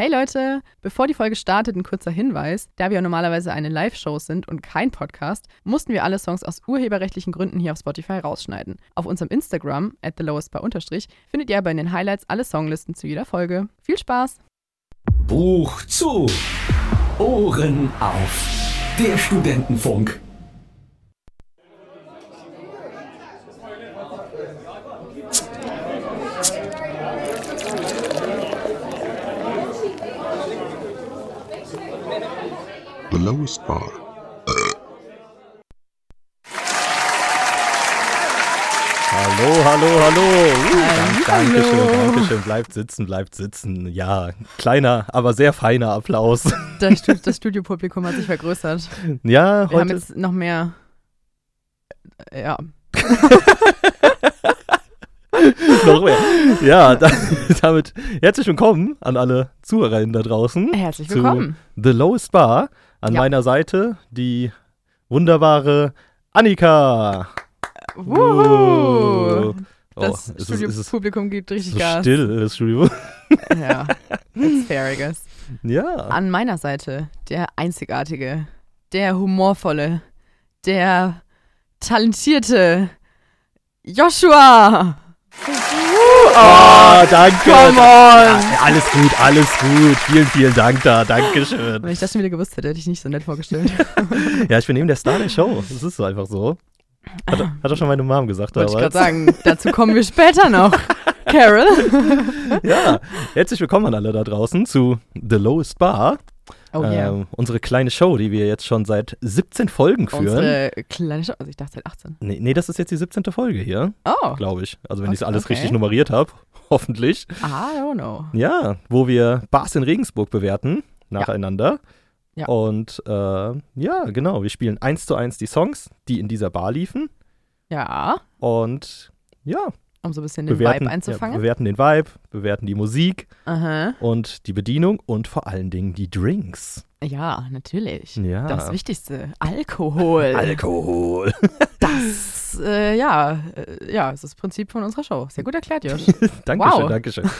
Hey Leute, bevor die Folge startet, ein kurzer Hinweis. Da wir ja normalerweise eine Live-Show sind und kein Podcast, mussten wir alle Songs aus urheberrechtlichen Gründen hier auf Spotify rausschneiden. Auf unserem Instagram, at findet ihr aber in den Highlights alle Songlisten zu jeder Folge. Viel Spaß! Buch zu. Ohren auf. Der Studentenfunk. The lowest bar. Hallo, hallo, hallo. Uh, Hallo. dank- Dankeschön, Dankeschön. Bleibt sitzen, bleibt sitzen. Ja, kleiner, aber sehr feiner Applaus. Das, Stu das Studiopublikum hat sich vergrößert. Ja, Wir haben heute. jetzt noch mehr. äh, Ja. Noch mehr. Ja, da, damit herzlich willkommen an alle ZuhörerInnen da draußen. Herzlich Zu- willkommen. The Lowest Bar. An Ja. meiner Seite die wunderbare Annika. Wuhu! Uh. Oh, Das es ist, es ist so Studiopublikum gibt richtig Gas. still, das Studio. Ja. Asparagus. Ja. An meiner Seite der einzigartige, der humorvolle, der talentierte Joshua. Ah, danke. Oh, Come on! Ja, alles gut, alles gut. Vielen, vielen Dank da. Dankeschön. Wenn ich das schon wieder gewusst hätte, hätte ich nicht so nett vorgestellt. Ja, ich bin eben der Star der Show. Das ist so einfach so. Hat, hat auch schon meine Mom gesagt Wollte ich gerade damals. sagen, dazu kommen wir später noch. Carol. Ähm, Ja, herzlich willkommen an alle da draußen zu The Lowest Bar. Oh yeah. Ähm, unsere kleine Show, die wir jetzt schon seit 17 Folgen führen. Unsere kleine Show. Also ich dachte seit 18. nee, nee, das ist jetzt die 17. Folge hier, Oh. glaube ich. Also wenn ich Okay. alles richtig nummeriert habe, hoffentlich. I don't know. Ja, wo wir Bars in Regensburg bewerten, nacheinander. Ja. Und äh, ja, genau, wir spielen eins zu eins die Songs, die in dieser Bar liefen. Ja. Und ja, Um so ein bisschen den bewerten, Vibe Ja, einzufangen. bewerten den Vibe, bewerten die Musik Aha. und die Bedienung und vor allen Dingen die Drinks. Ja, natürlich. Ja. Das Wichtigste. Alkohol. Alkohol. Das, äh, ja, äh, ja, ist das Prinzip von unserer Show. Sehr gut erklärt, Josh. Dankeschön, Wow. Dankeschön.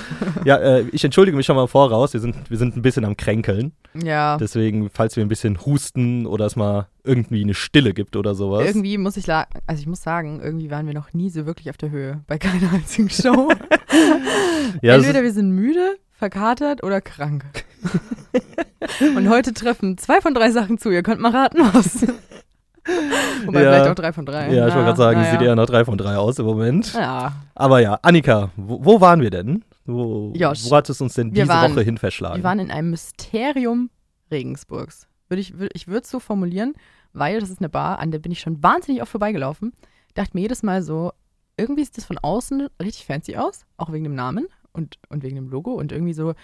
Ja, äh, ich entschuldige mich schon mal im voraus. Wir sind, wir sind ein bisschen am Kränkeln. ja, Deswegen, falls wir ein bisschen husten oder es mal irgendwie eine Stille gibt oder sowas. irgendwie muss ich, la- also ich muss sagen, irgendwie waren wir noch nie so wirklich auf der Höhe bei keiner einzigen Show. ja, das Entweder ist, wir sind müde, verkatert oder krank. Und heute treffen zwei von drei Sachen zu. Ihr könnt mal raten, was. Wobei Ja. vielleicht auch drei von drei. ja, ich wollte Na, gerade sagen, na sieht ja. eher nach 3 von 3 aus im Moment. Ja, Aber ja, Annika, wo, wo waren wir denn? Wo, Josh, wo hat es uns denn wir diese waren- Woche hin verschlagen? wir waren in einem Mysterium Regensburgs. Würde ich, würd, ich würde es so formulieren, weil das ist eine Bar, an der bin ich schon wahnsinnig oft vorbeigelaufen. Dachte mir jedes Mal so, irgendwie sieht das von außen richtig fancy aus, auch wegen dem Namen und, und wegen dem Logo und irgendwie so,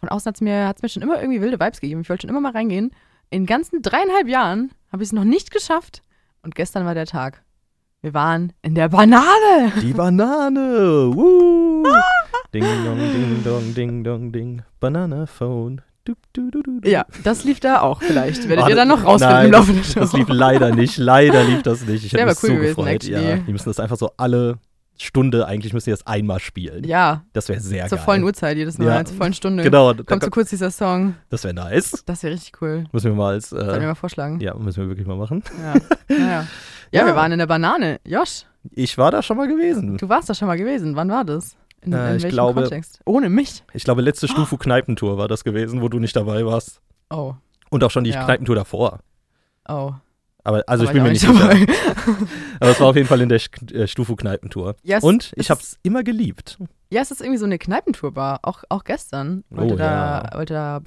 von außen hat es mir, hat's mir schon immer irgendwie wilde Vibes gegeben. Ich wollte schon immer mal reingehen. In ganzen dreieinhalb Jahren habe ich es noch nicht geschafft und gestern war der Tag. Wir waren in der Banane. Die Banane. Woo. ding dong, ding dong, ding dong, ding. Banana Phone. Du, du, du, du, du. Ja, das lief da auch vielleicht. Werdet Ah, ihr dann noch rausfinden nein, im Laufe der Show. Das lief leider nicht. Leider lief das nicht. Ich Wär hätte aber mich cool so gewesen, gefreut. actually. Ja, die müssen das einfach so alle Stunde, eigentlich müssen die das einmal spielen. Ja, Das wäre sehr Zur geil. vollen Uhrzeit jedes Mal, Ja. zur vollen Stunde. Genau, da Kommt kommt- zu kurz dieser Song. das wäre nice. Das wäre richtig cool. Müssen wir mal als. Sollen wir Äh, mal vorschlagen. ja, müssen wir wirklich mal machen. Ja. Naja. ja, Ja. wir waren in der Banane. Josh, Ich war da schon mal gewesen. du warst da schon mal gewesen. Wann war das? In, Äh, in ich welchem glaube- Kontext? Ohne mich? Ich glaube, Ah. letzte Stufu Kneipentour war das gewesen, wo du nicht dabei warst. Oh, Und auch schon die Ja. Kneipentour davor. oh. Aber also Da ich bin war mir nicht ich sicher. auch dabei. Aber es war auf jeden Fall in der Sch- äh, Stufu-Kneipentour. Ja, es- und es- ich habe es immer geliebt. Ja, es ist irgendwie so eine Kneipentour-Bar. Auch, auch gestern wollte, Oh, da, ja. wollte da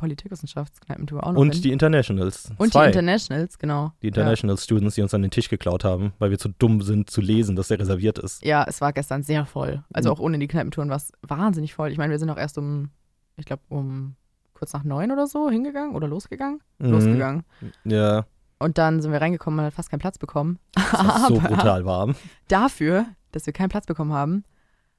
Politikwissenschaftskneipentour auch noch hin. Und die Internationals. und die zwei. Internationals, genau. die International Students, die uns an den Tisch geklaut haben, weil wir zu dumm sind zu lesen, dass der reserviert ist. Ja, es war gestern sehr voll. Also Mhm. auch ohne die Kneipentouren war es wahnsinnig voll. Ich meine, wir sind auch erst um, ich glaube, um kurz nach neun oder so hingegangen oder losgegangen. Losgegangen. Mhm. Ja, Und dann sind wir reingekommen und hat fast keinen Platz bekommen. es war so Aber- brutal warm. Dafür, dass wir keinen Platz bekommen haben,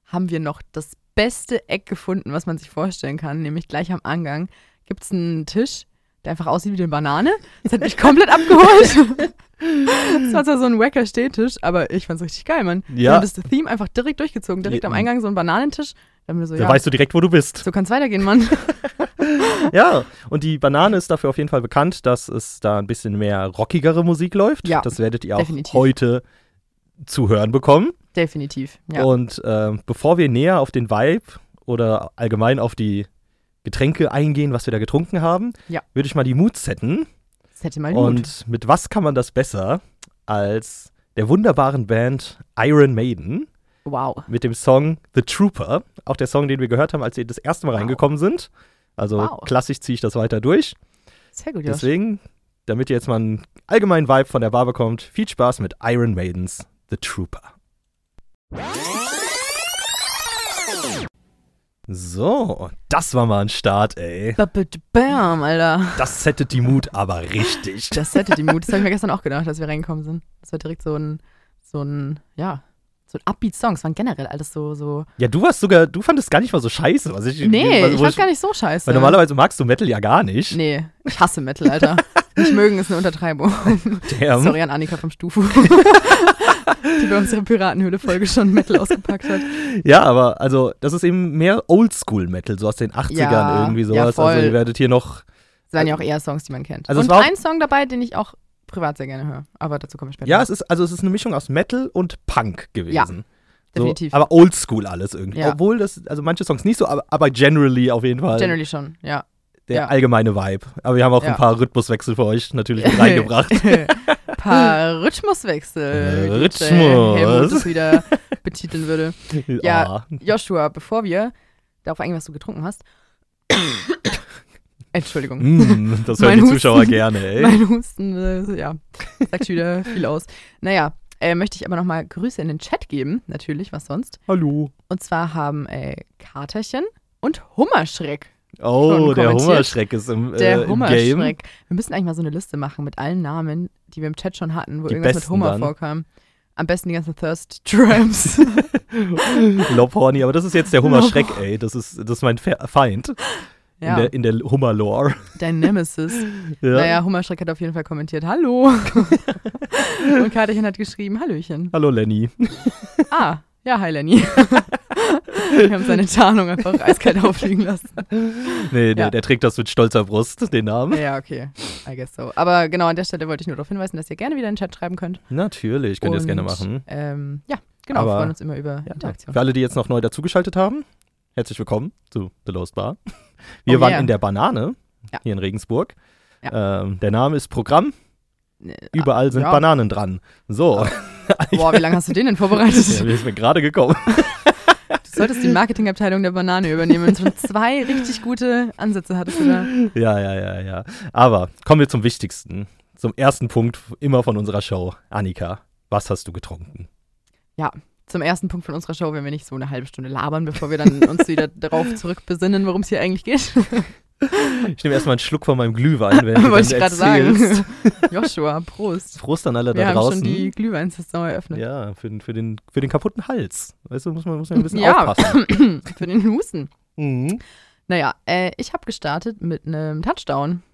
haben wir noch das beste Eck gefunden, was man sich vorstellen kann. Nämlich gleich am Angang gibt es einen Tisch, der einfach aussieht wie eine Banane. Das hat mich komplett abgeholt. Das war zwar so ein wacker Stehtisch, aber ich fand's richtig geil, Mann. Wir Ja. haben das Theme einfach direkt durchgezogen, direkt Ja. am Eingang so ein Bananentisch. Dann haben wir so, Da ja, weißt du direkt, wo du bist. So kann's weitergehen, Mann. ja, und die Banane ist dafür auf jeden Fall bekannt, dass es da ein bisschen mehr rockigere Musik läuft. Ja, das werdet ihr auch definitiv. heute zu hören bekommen. Definitiv. Ja. Und ähm, bevor wir näher auf den Vibe oder allgemein auf die Getränke eingehen, was wir da getrunken haben, Ja. würde ich mal die Moods setten. das hätte mal gut. Und mit was kann man das besser als der wunderbaren Band Iron Maiden Wow. mit dem Song The Trooper, auch der Song, den wir gehört haben, als wir das erste Mal Wow. reingekommen sind. Also Wow. klassisch ziehe ich das weiter durch. Sehr gut, Josh. Deswegen, damit ihr jetzt mal einen allgemeinen Vibe von der Bar bekommt, viel Spaß mit Iron Maidens The Trooper. So, das war mal ein Start, ey. Bam, Alter. Das settet die Mut aber richtig. Das hätte die Mut. Das habe ich mir gestern auch gedacht, als wir reingekommen sind. Das war direkt so ein, so ein, ja, so ein Upbeat-Song. Es waren generell alles so, so. Ja, du warst sogar, du fandest gar nicht mal so scheiße. Was ich, Nee, was, ich fand gar nicht so scheiße. Weil normalerweise magst du Metal ja gar nicht. Nee, ich hasse Metal, Alter. Nicht mögen ist eine Untertreibung. Damn. Sorry an Annika vom Stufu, die bei unserer Piratenhöhle-Folge schon Metal ausgepackt hat. Ja, aber also, das ist eben mehr Oldschool-Metal, so aus den 80ern Ja, irgendwie ja, sowas. voll. also, ihr werdet hier noch. Es waren ja auch eher Songs, die man kennt. Also es Und war auch- ein Song dabei, den ich auch privat sehr gerne höre. Aber dazu komme ich später. Ja, noch. es ist, also, es ist eine Mischung aus Metal und Punk gewesen. Ja, So, definitiv. aber Oldschool alles irgendwie. Ja. Obwohl das, also manche Songs nicht so, aber, aber generally auf jeden Fall Generally schon, ja. der ja. allgemeine Vibe. Aber wir haben auch Ja. ein paar Rhythmuswechsel für euch natürlich mit reingebracht. Paar Rhythmuswechsel. wie DJ Rhythmus. Helmut das wieder betiteln würde. Ja. Ah. Joshua, bevor wir darauf eingehen, was du getrunken hast. Entschuldigung. Mm, das Mein hören die Zuschauer Husten. gerne, ey. Mein Husten, äh, ja, sagt schon wieder viel aus. Naja, äh, möchte ich aber nochmal Grüße in den Chat geben, natürlich, was sonst. Hallo. Und zwar haben äh, Katerchen und Hummerschreck. Oh, Schon der kommentiert. Hummerschreck ist im, Der äh, im Game. Hummerschreck. Wir müssen eigentlich mal so eine Liste machen mit allen Namen, die wir im Chat schon hatten, wo Die irgendwas mit besten Hummer dann. vorkam. Am besten die ganzen Thirst Tramps. Lobhorny, aber das ist jetzt der Hummerschreck, ey. Das ist, das ist mein Fe- Feind ja, in der, in der Hummerlore. dein Nemesis. Ja. Naja, Hummerschreck hat auf jeden Fall kommentiert, hallo. und Katerchen hat geschrieben, Hallöchen. Hallo Lenny. Ah, ja, hi Lenny. Wir haben seine Tarnung einfach eiskalt auffliegen lassen. Nee, der, Ja. der trägt das mit stolzer Brust, den Namen. Ja, okay. I guess so. Aber genau an der Stelle wollte ich nur darauf hinweisen, dass ihr gerne wieder in den Chat schreiben könnt. Natürlich, könnt ihr das gerne Und, machen. Ähm, ja, genau. Aber- wir freuen uns immer über Ja. Interaktion. Für alle, die jetzt noch neu dazugeschaltet haben, herzlich willkommen zu The Lost Bar. Wir Oh waren yeah. in der Banane Ja. hier in Regensburg. Ähm, der Name ist Programm, Nee, überall sind Äh, ja. Bananen dran. So, ja, Boah, wie lange hast du den denn vorbereitet? wir sind gerade gekommen. Du solltest die Marketingabteilung der Banane übernehmen. Schon zwei richtig gute Ansätze hattest du da. Ja, ja, ja, ja. Aber kommen wir zum Wichtigsten, zum ersten Punkt immer von unserer Show. Annika, was hast du getrunken? Zum ersten Punkt von unserer Show, wenn wir nicht so eine halbe Stunde labern, bevor wir dann uns wieder darauf zurückbesinnen, worum es hier eigentlich geht. Ich nehme erstmal einen Schluck von meinem Glühwein, während du Wollte ich dann gerade erzählst. sagen. Joshua, Prost. Prost an alle Wir da haben draußen. schon die Glühweinsaison eröffnet. Ja, für den, für, den, für den kaputten Hals. Weißt du, muss man, muss man ein bisschen Ja. aufpassen. Für den Husten. Mhm. Naja, äh, ich habe gestartet mit einem Touchdown.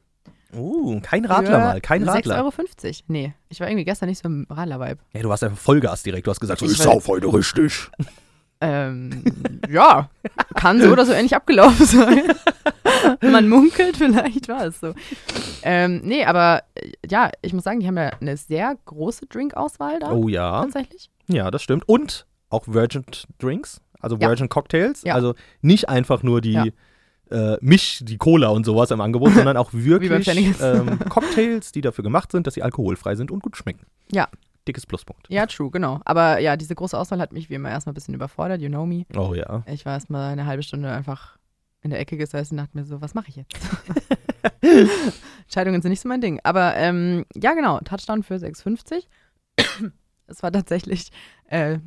Uh, kein Radler mal, kein 6,50 Radler. Euro. Nee, ich war irgendwie gestern nicht so im Radler-Vibe. Ja, du warst einfach Vollgas direkt. Du hast gesagt, Ich ich, weiß- sauf heute richtig. Ähm, ja, kann so oder so ähnlich abgelaufen sein. Man munkelt, vielleicht war es so. Ähm, nee, aber äh, ja, ich muss sagen, die haben ja eine sehr große Drinkauswahl da. Oh ja, Tatsächlich. ja, das stimmt. Und auch Virgin Drinks, also Ja. Virgin Cocktails. Ja. Also nicht einfach nur die Ja. äh, Misch, die Cola und sowas im Angebot, sondern auch wirklich Pfenniges. ähm, Cocktails, die dafür gemacht sind, dass sie alkoholfrei sind und gut schmecken. Ja. Dickes Pluspunkt. Ja, true, genau. Aber ja, diese große Auswahl hat mich wie immer erstmal ein bisschen überfordert. You know me. Oh ja. Ich war erstmal eine halbe Stunde einfach in der Ecke gesessen und dachte mir so, was mache ich jetzt? Entscheidungen sind nicht so mein Ding. Aber ähm, ja, genau, Touchdown für 6,50. es war tatsächlich äh,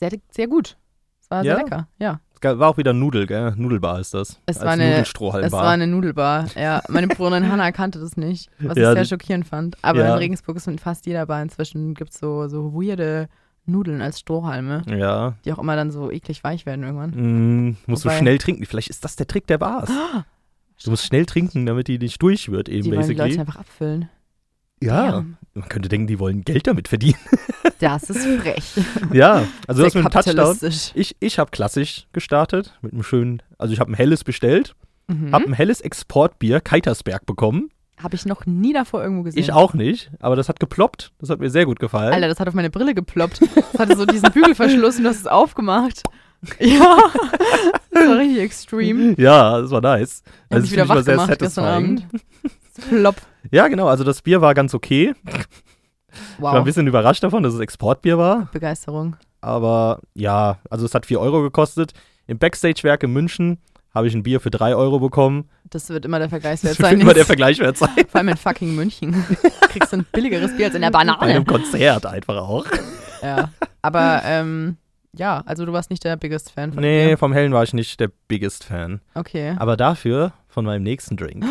sehr, sehr gut. Es war Ja? sehr lecker, ja. Es gab- war auch wieder Nudel, gell? Nudelbar ist das. Es Als war eine- Nudelstrohhalmbar. Es war eine Nudelbar, ja. Meine Bruderin Hannah kannte das nicht, was Ja, ich sehr die- schockierend fand. Aber Ja. in Regensburg ist in fast jeder Bar inzwischen gibt es so, so weirde Nudeln als Strohhalme, ja, die auch immer dann so eklig weich werden irgendwann. Mm, musst Wobei- Ah. du schnell trinken. Vielleicht ist das der Trick der Bars. Du musst schnell trinken, damit die nicht durch wird, eben Die wollen die basically. Leute einfach abfüllen. ja. Damn. Man könnte denken, die wollen Geld damit verdienen. Das ist frech. ja, also das Sehr mit dem Touchdown. kapitalistisch. Ich, ich habe klassisch gestartet mit einem schönen, also ich habe ein helles bestellt Mhm. Hab ein helles Exportbier, Keitersberg, bekommen. Habe ich noch nie davor irgendwo gesehen. Ich auch nicht, aber das hat geploppt. Das hat mir sehr gut gefallen. Alter, das hat auf meine Brille geploppt. Das hatte so diesen Bügelverschluss und du hast es aufgemacht. Ja, das war richtig extrem. Ja, Also, das war nice. Also Hab mich ist wieder für mich wach mal sehr gemacht gestern satisfying. Abend. Plopp. Ja, genau. Also das Bier war ganz okay. Ich war ein Wow, bisschen überrascht davon, dass es Exportbier war. Begeisterung. Aber ja, also es hat 4 Euro gekostet. Im Backstage-Werk in München habe ich ein Bier für 3 Euro bekommen. Das wird immer der Vergleichswert Das sein. wird immer der jetzt. Vergleich wert sein. Vor allem in fucking München. Kriegst du ein billigeres Bier als in der Bei einem Banane. Konzert einfach auch. Ja. Aber ähm, ja, also du warst nicht der biggest Fan von Nee, Bier. vom Hellen war ich nicht der biggest Fan. Okay. Aber dafür von meinem nächsten Drink.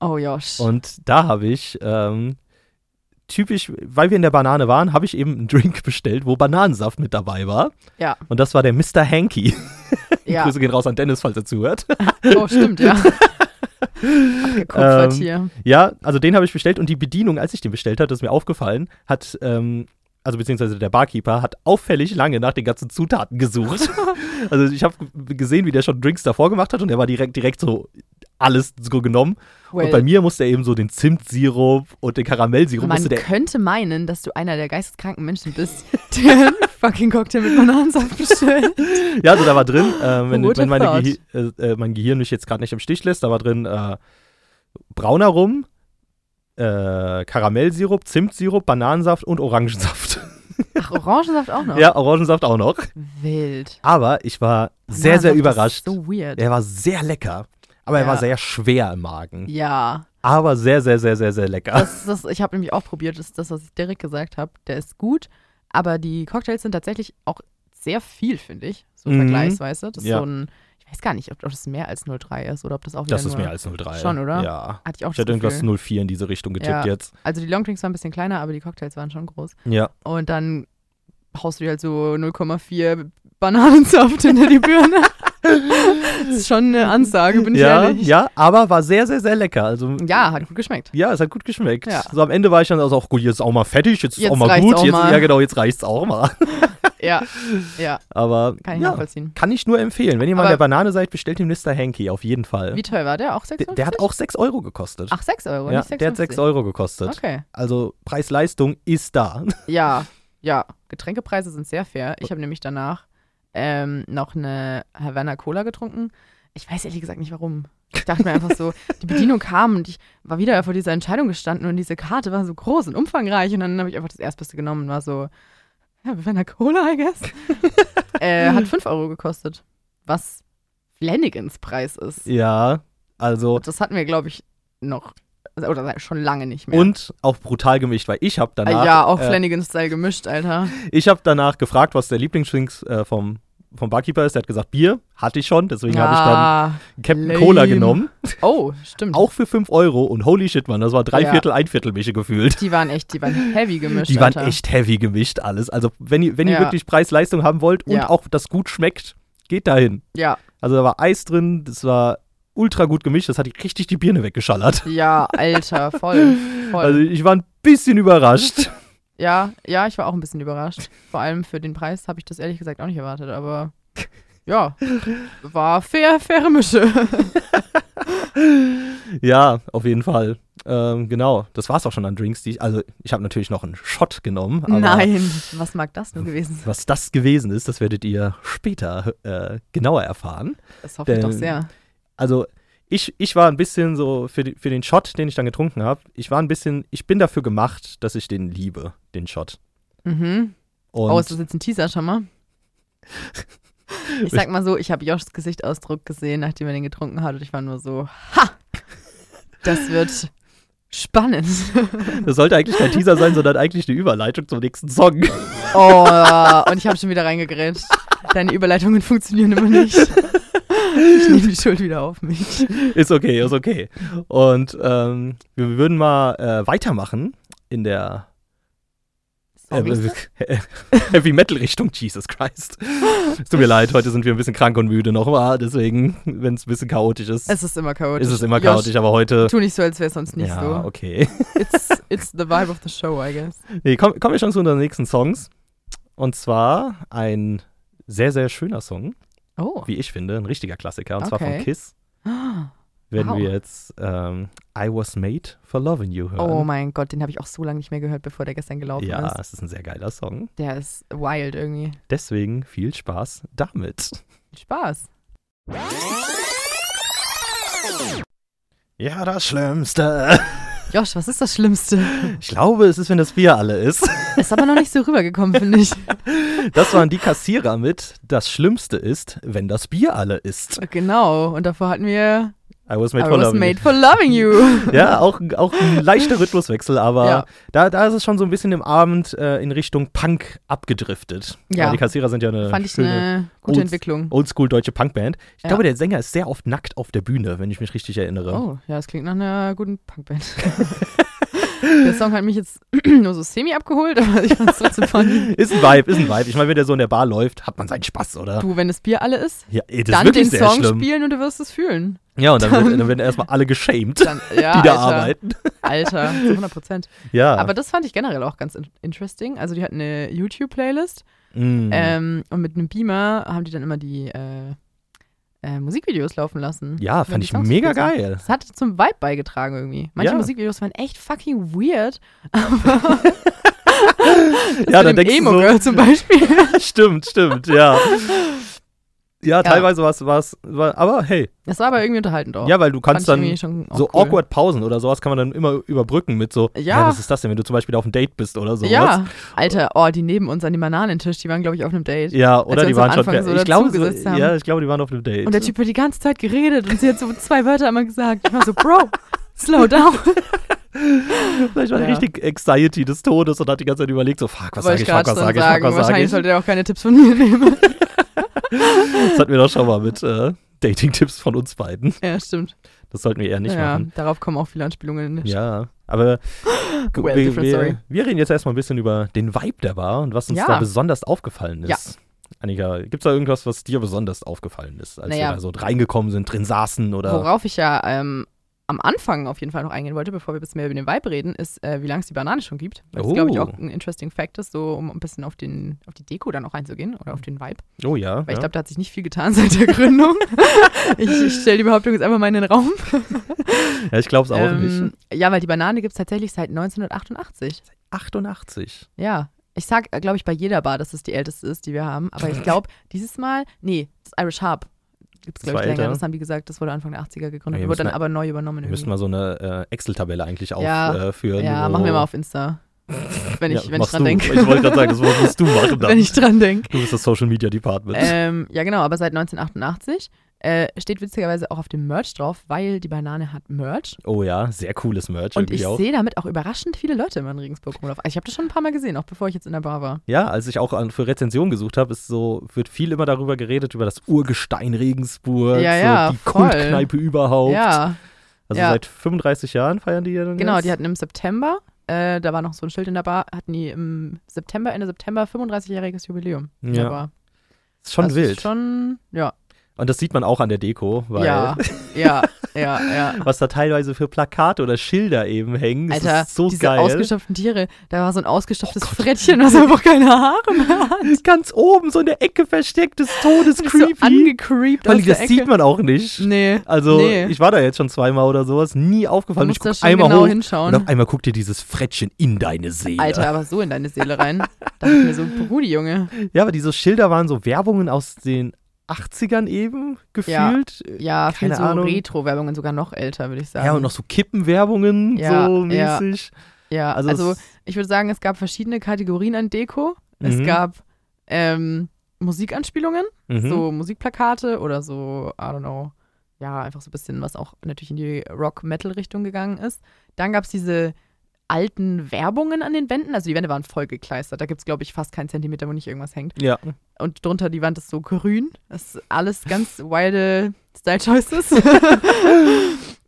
Oh Josh. Und da habe ich, ähm, typisch, weil wir in der Banane waren, habe ich eben einen Drink bestellt, wo Bananensaft mit dabei war. Ja. Und das war der Mr. Hanky. Ja. Grüße gehen raus an Dennis, falls er zuhört. Oh, stimmt, ja. Abgekupfert Ähm, hier. Ja, also den habe ich bestellt und die Bedienung, als ich den bestellt hatte, ist mir aufgefallen, hat, ähm, also beziehungsweise der Barkeeper hat auffällig lange nach den ganzen Zutaten gesucht. also ich habe g- gesehen, wie der schon Drinks davor gemacht hat und er war direkt, direkt so alles so genommen. Well, Und bei mir musste er eben so den Zimtsirup und den Karamellsirup man musste der könnte meinen, dass du einer der geisteskranken Menschen bist, der einen fucking Cocktail mit Bananensaft bestellt. Ja, also da war drin, äh, wenn, Would wenn meine have Gehi- äh, äh, mein Gehirn mich jetzt gerade nicht im Stich lässt, da war drin äh, brauner Rum, äh, Karamellsirup, Zimtsirup, Bananensaft und Orangensaft. Ach, Orangensaft auch noch? Ja, Orangensaft auch noch. Wild. Aber ich war sehr, sehr Bananensaft ist überrascht. So weird. Er war sehr lecker, aber er Ja. war sehr schwer im Magen. Ja. Aber sehr, sehr, sehr, sehr, sehr lecker. Das, das, ich habe nämlich auch probiert, das ist das, was ich direkt gesagt habe. Der ist gut, aber die Cocktails sind tatsächlich auch sehr viel, finde ich. So Mhm. vergleichsweise. Das ist Ja. so ein, ich weiß gar nicht, ob, ob das mehr als 0,3 ist oder ob das auch wieder das ist nur, mehr als 0,3. Schon, oder? Ja. Hatte ich auch Ich das hätte irgendwas Gefühl. 0,4 in diese Richtung getippt Ja. jetzt. Also die Longdrinks waren ein bisschen kleiner, aber die Cocktails waren schon groß. Ja. Und dann haust du dir halt so 0,4 Bananensaft hinter die Birne. das ist schon eine Ansage, bin ich Ja, ehrlich. ja, aber war sehr, sehr, sehr lecker. Also, ja, hat gut geschmeckt. ja, es hat gut geschmeckt. Ja. So am Ende war ich dann also auch gut, jetzt ist auch mal fertig, jetzt, ist Jetzt auch mal reicht's gut. auch jetzt, mal. Ja, genau, jetzt reicht's auch mal. Ja, ja, Aber kann ich ja, nachvollziehen. kann ich nur empfehlen. Wenn ihr mal Aber- an der Banane seid, bestellt den Mr. Hanky auf jeden Fall. Wie teuer war der? Auch der, 6,50? der hat auch 6 Euro gekostet. Ach, 6 Euro, ja, nicht 6,50. der hat 6 Euro gekostet. Okay. Also Preis-Leistung ist da. Ja, ja. Getränkepreise sind sehr fair. Ich habe nämlich danach ähm, noch eine Havana Cola getrunken. Ich weiß ehrlich gesagt nicht warum. Ich dachte mir einfach so, die Bedienung kam und ich war wieder vor dieser Entscheidung gestanden und diese Karte war so groß und umfangreich und dann habe ich einfach das Erstbeste genommen und war so, Havana Cola, I guess. äh, hat 5 Euro gekostet, was Flanagans Preis ist. Ja, also Das hatten wir, glaube ich, noch, oder schon lange nicht mehr. und auch brutal gemischt, weil ich habe Ah danach ja, auch äh, Flanagans-Style gemischt, Alter. ich habe danach gefragt, was der Lieblingsdrinks äh, vom vom Barkeeper ist. Der hat gesagt, Bier hatte ich schon, deswegen habe ich dann Captain Ah, lame. Cola genommen, ich dann. Oh, stimmt. auch für 5 Euro und holy shit, man, das war drei Ja. Viertel, ein Viertel Mische gefühlt. Die waren echt, die waren heavy gemischt. Die waren Alter. echt heavy gemischt alles. Also, wenn ihr wenn Ja. ihr wirklich Preis-Leistung haben wollt und Ja. auch das gut schmeckt, geht dahin. Ja, Also, da war Eis drin, das war ultra gut gemischt, das hat richtig die Birne weggeschallert. ja, Alter, voll, voll. Also, ich war ein bisschen überrascht. ja, ja, ich war auch ein bisschen überrascht. Vor allem für den Preis habe ich das ehrlich gesagt auch nicht erwartet, aber ja, war fair, faire Mische. Ja, auf jeden Fall. Ähm, genau, das war's auch schon an Drinks. Die ich, also ich habe natürlich noch einen Shot genommen. Aber Nein, was mag das nur gewesen sein? Was das gewesen ist, das werdet ihr später äh, genauer erfahren. Das hoffe ich doch Denn- sehr. Also ich, ich war ein bisschen so für, die, für den Shot, den ich dann getrunken habe. Ich war ein bisschen, ich bin dafür gemacht, dass ich den liebe, den Shot. Mhm. Und Oh, ist das jetzt ein Teaser schon mal? Ich sag mal so, ich habe Joshs Gesichtsausdruck gesehen, nachdem er den getrunken hat und ich war nur so, ha, das wird spannend. das sollte eigentlich kein Teaser sein, sondern eigentlich eine Überleitung zum nächsten Song. Oh, und ich habe schon wieder reingegrätscht. Deine Überleitungen funktionieren immer nicht. Ich nehme die Schuld wieder auf mich. Ist okay, ist okay. Und ähm, wir würden mal äh, weitermachen in der Sorry. Äh, Heavy Metal Richtung Jesus Christ. Es tut mir leid, heute sind wir ein bisschen krank und müde noch, aber deswegen, wenn es ein bisschen chaotisch ist, es ist immer chaotisch. ist es immer Josh, chaotisch, aber heute. Tu nicht so, als wäre es sonst nicht ja, so. okay. It's, it's the vibe of the show, I guess. Nee, komm, kommen wir schon zu unseren nächsten Songs. Und zwar ein sehr, sehr schöner Song, Oh. wie ich finde, ein richtiger Klassiker, und zwar Okay. von Kiss. werden Wow. wir jetzt ähm, I Was Made for Loving You hören. Oh mein Gott, den habe ich auch so lange nicht mehr gehört, bevor der gestern gelaufen ja, ist. es ist ein sehr geiler Song. Der ist wild irgendwie. Deswegen viel Spaß damit. Viel Spaß. Ja, das Schlimmste. Josh, was ist das Schlimmste? Ich glaube, es ist, wenn das Bier alle ist. Ist aber noch nicht so rübergekommen, finde ich. Das waren die Kassierer mit Das Schlimmste ist, wenn das Bier alle ist. Genau, und davor hatten wir I was I made for was loving. you. made for loving you. Ja, auch, auch ein leichter Rhythmuswechsel, aber Ja. da, da ist es schon so ein bisschen im Abend äh, in Richtung Punk abgedriftet. Ja. Weil die Kassierer sind ja eine Fand ich schöne eine gute Olds- Entwicklung. Oldschool deutsche Punkband. Ich Ja. glaube, der Sänger ist sehr oft nackt auf der Bühne, wenn ich mich richtig erinnere. Oh, ja, das klingt nach einer guten Punkband. der Song hat mich jetzt nur so semi abgeholt, aber ich fand es trotzdem funny. Ist ein Vibe, ist ein Vibe. Ich meine, wenn der so in der Bar läuft, hat man seinen Spaß, oder? Du, wenn das Bier alle ist, Ja, ey, das ist dann den wirklich sehr Song schlimm. spielen und du wirst es fühlen. Ja, und dann, Dann- wird, dann werden erstmal alle geschämt, Dann, ja, die da Alter, arbeiten. Alter, zu 100 Prozent. Ja. Aber das fand ich generell auch ganz in- interesting. Also die hatten eine YouTube-Playlist Mm. ähm, und mit einem Beamer haben die dann immer die äh, äh, Musikvideos laufen lassen. ja, Wenn fand die ich Songs mega gespielt sind. geil. Das hat zum Vibe beigetragen irgendwie. Manche Ja. Musikvideos waren echt fucking weird. Ja, dann mit dem denkst Emo du so, Girl zum Beispiel. stimmt, stimmt, ja. Ja, teilweise war's, war's, war aber hey, Das war aber irgendwie unterhaltend auch. ja, weil du Fand ich kannst dann irgendwie schon auch so Oh, cool. awkward Pausen oder sowas kann man dann immer überbrücken mit so, Ja. ja, was ist das denn, wenn du zum Beispiel auf einem Date bist oder sowas. Ja, Alter, oh, die neben uns an dem Bananentisch, die waren, glaube ich, auf einem Date. ja oder wir die uns am waren schon, Anfang so ich glaube, so, dazugesetzt haben. ja, ich glaube, die waren auf einem Date. Und der Typ hat die ganze Zeit geredet und sie hat so zwei Wörter einmal gesagt. Ich war so, Bro, slow down. Vielleicht war die Ja. richtig Anxiety des Todes und hat die ganze Zeit überlegt, so, fuck, was sage Wollte ich, fuck, grad was schon sage ich, fuck, was sage Wahrscheinlich ich. sollte er auch keine Tipps von mir nehmen. Das hatten wir doch schon mal mit äh, Dating-Tipps von uns beiden. Ja, stimmt. Das sollten wir eher nicht ja, machen. darauf kommen auch viele Anspielungen. Ja, aber gu- Well, wir, different story. wir, wir reden jetzt erstmal ein bisschen über den Vibe der Bar und was uns Ja. da besonders aufgefallen ist. Ja. Annika, gibt es da irgendwas, was dir besonders aufgefallen ist, als Naja. wir da so reingekommen sind, drin saßen oder Worauf ich ja ähm, am Anfang auf jeden Fall noch eingehen wollte, bevor wir ein bisschen mehr über den Vibe reden, ist, äh, wie lange es die Banane schon gibt. Weil Das, Oh. glaube ich, auch ein interesting Fact ist, so um ein bisschen auf, den, auf die Deko dann auch einzugehen oder auf den Vibe. Oh ja. Weil ich ja. glaube, da hat sich nicht viel getan seit der Gründung. ich ich stelle die Behauptung jetzt einfach mal in den Raum. ja, ich glaube es auch nicht. Ähm, ja, weil die Banane gibt es tatsächlich seit 1988. 88. Ja. Ich sag, glaube ich, bei jeder Bar, dass es die älteste ist, die wir haben. Aber ich glaube, dieses Mal, nee, das Irish Harp gibt es, Das glaube war ich, länger. älter. Das haben die gesagt, das wurde Anfang der 80er gegründet. Wir Wurde dann müssen- aber neu übernommen. Wir irgendwie. müssen mal so eine äh, Excel-Tabelle eigentlich Ja. aufführen. Ja, wo- machen wir mal auf Insta. Wenn ich, Oh. Ja, wenn ich machst dran du. denke. Ich wollte gerade sagen, das musst du machen dann. wenn ich dran denke. du bist das Social Media Department. Ähm, ja, genau, aber seit 1988 äh, steht witzigerweise auch auf dem Merch drauf, weil die Banane hat Merch. oh ja, sehr cooles Merch Und irgendwie ich auch. sehe damit auch überraschend viele Leute immer in Regensburg rumlaufen. Also ich habe das schon ein paar Mal gesehen, auch bevor ich jetzt in der Bar war. Ja, als ich auch an, für Rezension gesucht habe, ist so, wird viel immer darüber geredet, über das Urgestein Regensburg, Ja, so ja, die voll. Kultkneipe überhaupt. Ja, also ja. seit 35 Jahren feiern die ja dann genau, jetzt. die hatten im September, äh, da war noch so ein Schild in der Bar, hatten die im September, Ende September 35-jähriges Jubiläum. in der Ja, Bar. ist schon das wild. Ist schon, ja, Und das sieht man auch an der Deko, weil ja, ja, ja, ja. was da teilweise für Plakate oder Schilder eben hängen, das Alter, ist so diese geil. Oh ausgestopften Tiere, da war so ein ausgestopftes Frettchen, was einfach keine Haare mehr hat. Ganz oben, so in der Ecke versteckt, des Todes Ist so creepy. angecreept weil aus der das Ecke. sieht man auch nicht. Nee, Also, nee. ich war da jetzt schon zweimal oder sowas, nie aufgefallen. musst Ich da guck schon einmal genau hoch hinschauen. und auf einmal guckt dir dieses Frettchen in deine Seele. Alter, aber so in deine Seele rein. Dachte ich mir so, Brudi, Junge. Ja, aber diese Schilder waren so Werbungen aus den 80ern eben gefühlt. Ja, Ja, viel Keine so Ahnung. Retro-Werbungen, sogar noch älter, würde ich sagen. und noch so Kippenwerbungen Ja, so ja. mäßig. Ja, Also, also, es- ich würde sagen, es gab verschiedene Kategorien an Deko. Es Mhm. gab ähm, Musikanspielungen, Mhm. so Musikplakate oder so, I don't know, ja, einfach so ein bisschen, was auch natürlich in die Rock-Metal-Richtung gegangen ist. Dann gab es diese alten Werbungen an den Wänden, also die Wände waren voll gekleistert, da gibt es, glaube ich, fast keinen Zentimeter, wo nicht irgendwas hängt. Ja. Und drunter die Wand ist so grün, das ist alles ganz wilde Style-Choices.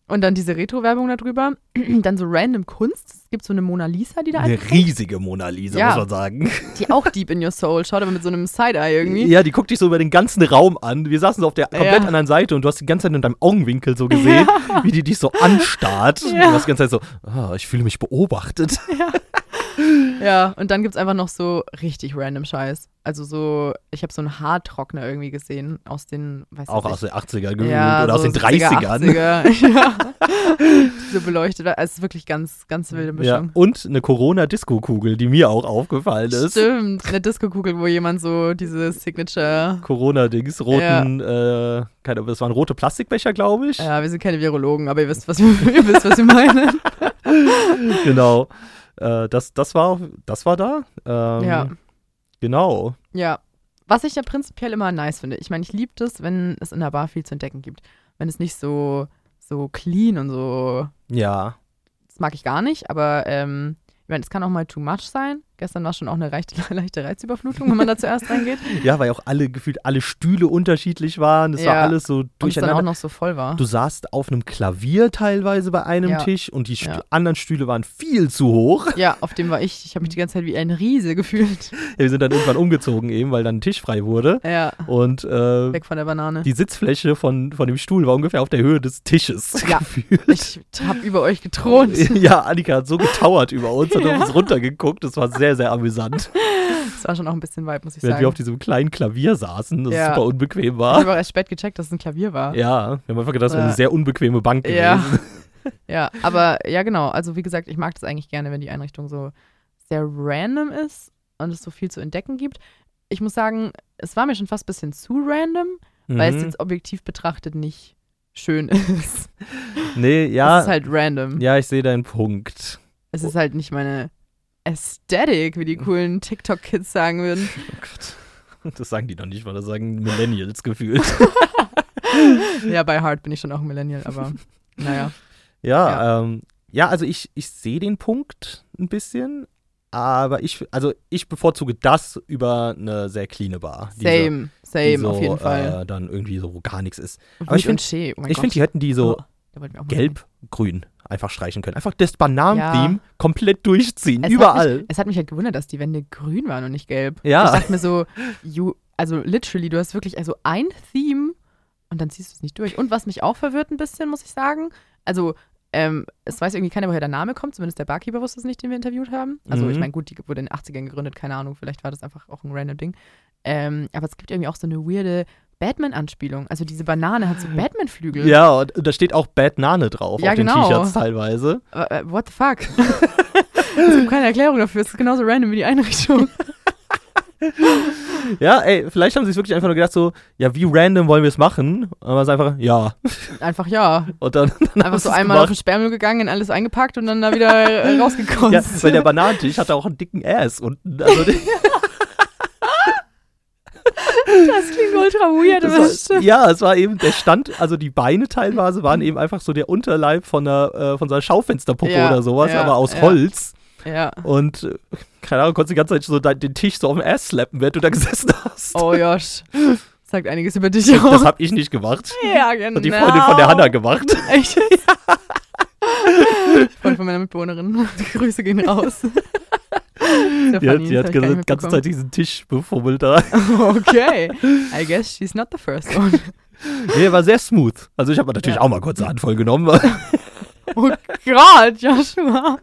Und dann diese Retro-Werbung darüber, dann so random Kunst, Es gibt so eine Mona Lisa, die da Eine einfach riesige Mona also, Lisa, Ja. muss man sagen. die auch deep in your soul schaut, aber mit so einem Side-Eye irgendwie. Ja, die guckt dich so über den ganzen Raum an. Wir saßen so auf der komplett Ja. anderen Seite und du hast die ganze Zeit in deinem Augenwinkel so gesehen, wie die dich so anstarrt. Und Ja. Du hast die ganze Zeit so, ah, ich fühle mich beobachtet. Ja, und dann gibt es einfach noch so richtig random Scheiß. Also so, ich habe so einen Haartrockner irgendwie gesehen aus den, weiß Auch ich aus den 80ern gewöhnt ja, oder so aus den 70er, 30ern. 80er, ja. Die so beleuchtet. war. Es ist wirklich ganz, ganz wilde Ja, Mischung. und eine Corona-Disco-Kugel, die mir auch aufgefallen ist. Stimmt, eine Disco-Kugel, wo jemand so diese Signature. Corona-Dings, roten, äh, keine Ahnung, das waren rote Plastikbecher, glaube ich. Ja, wir sind keine Virologen, aber ihr wisst, was, ihr wisst, was wir meinen. Genau. Äh, das, das, war, das war da. Ähm, Ja. Genau. Ja. Was ich ja prinzipiell immer nice finde. Ich meine, ich liebe das, wenn es in der Bar viel zu entdecken gibt. Wenn es nicht so, so clean und so. Ja. Das mag ich gar nicht, aber ähm, ich meine, es kann auch mal too much sein. Gestern war schon auch eine reichte, leichte Reizüberflutung, wenn man da zuerst reingeht. Ja, weil ja auch alle gefühlt alle Stühle unterschiedlich waren. Es war Ja. alles so Und es dann auch durcheinander. noch so voll war. Du saßt auf einem Klavier teilweise bei einem Ja. Tisch und die Stü Ja. anderen Stühle waren viel zu hoch. Ja, auf dem war ich. Ich habe mich die ganze Zeit wie ein Riese gefühlt. Ja, wir sind dann irgendwann umgezogen eben, weil dann ein Tisch frei wurde. Ja, Und äh, weg von der Banane. die Sitzfläche von, von dem Stuhl war ungefähr auf der Höhe des Tisches. Ja. gefühlt. Ich habe über euch gethront. Ja, Annika hat so getauert über uns und hat uns runtergeguckt. Das war sehr, sehr amüsant. Das war schon auch ein bisschen Vibe, muss ich Während wir auf sagen. diesem kleinen Klavier saßen, das Ja. super unbequem Ich war. habe auch erst spät gecheckt, dass es ein Klavier war. Ja, wir haben einfach gedacht, das wäre eine Ja. sehr unbequeme Bank gewesen. Ja. ja, aber ja, genau. Also, wie gesagt, ich mag das eigentlich gerne, wenn die Einrichtung so sehr random ist und es so viel zu entdecken gibt. Ich muss sagen, es war mir schon fast ein bisschen zu random, Mhm. weil es jetzt objektiv betrachtet nicht schön ist. Mhm. nee, Es ja, ist halt random. ja, ich sehe deinen Punkt. Es ist halt nicht meine Ästhetik, wie die coolen TikTok-Kids sagen würden. Oh Gott. Das sagen die doch nicht, weil das sagen Millennials gefühlt. Ja, bei Hard bin ich schon auch ein Millennial, aber naja. Ja, Ja. Ähm, ja also ich, ich sehe den Punkt ein bisschen, aber ich, also ich bevorzuge das über eine sehr cleane Bar. die so- Same, die same, so, auf jeden Fall. Äh, dann irgendwie so gar nichts ist. Und aber ich Wild und Shea, oh mein ich finde, Gott. die hätten die so Oh, da wollten wir auch mal hin. gelb-grün einfach streichen können. Einfach das Bananen-Theme komplett durchziehen, Es Hat überall. Ah. mich, es hat mich halt gewundert, dass die Wände grün waren und nicht gelb. Ja. Ich dachte mir so, you, also literally, du hast wirklich also ein Theme und dann ziehst du es nicht durch. Und was mich auch verwirrt ein bisschen, muss ich sagen, also ähm, es weiß irgendwie keiner, woher der Name kommt, zumindest der Barkeeper wusste es nicht, den wir interviewt haben. Also ich Mhm. meine, gut, die wurde in den 80ern gegründet, keine Ahnung, vielleicht war das einfach auch ein random Ding. Ähm, aber es gibt irgendwie auch so eine weirde Batman-Anspielung. Also diese Banane hat so Batman-Flügel. Ja, und, und da steht auch Bad Nane drauf Ja, auf genau. den T-Shirts teilweise. Äh, äh, What the fuck? es gibt keine Erklärung dafür, es ist genauso random wie die Einrichtung. Ja, ey, vielleicht haben sie es wirklich einfach nur gedacht so, ja, wie random wollen wir es machen? Aber es ist einfach, ja. Einfach ja. Und dann, dann haben Einfach so sie es einmal auf gemacht. den Sperrmüll gegangen, in alles eingepackt und dann da wieder äh, rausgekommen. Ja, weil der Bananentisch hatte auch einen dicken Ass unten. Also das klingt ultra weird, aber das das war, stimmt. ja, es war eben, der stand, also die Beine teilweise waren eben einfach so der Unterleib von, einer, äh, von so einer Schaufensterpuppe Ja, oder sowas, ja, aber aus ja. Holz. Ja. Und äh, keine Ahnung, konntest du die ganze Zeit so da, den Tisch so auf den Ass slappen, während du da gesessen hast. Oh Josh. Sagt einiges über dich aus. Das habe ich nicht gemacht. ja, genau. Hat die Freundin von der Hanna gemacht. Echt? Freundin von meiner Mitbewohnerin. Grüße gehen raus. Die hat, die hat die ganze Zeit diesen Tisch befummelt da. Okay. I guess she's not the first one. Nee, war sehr smooth. Also ich habe natürlich Ja. auch mal kurz eine Handvoll genommen. weil- Oh Gott, Joshua.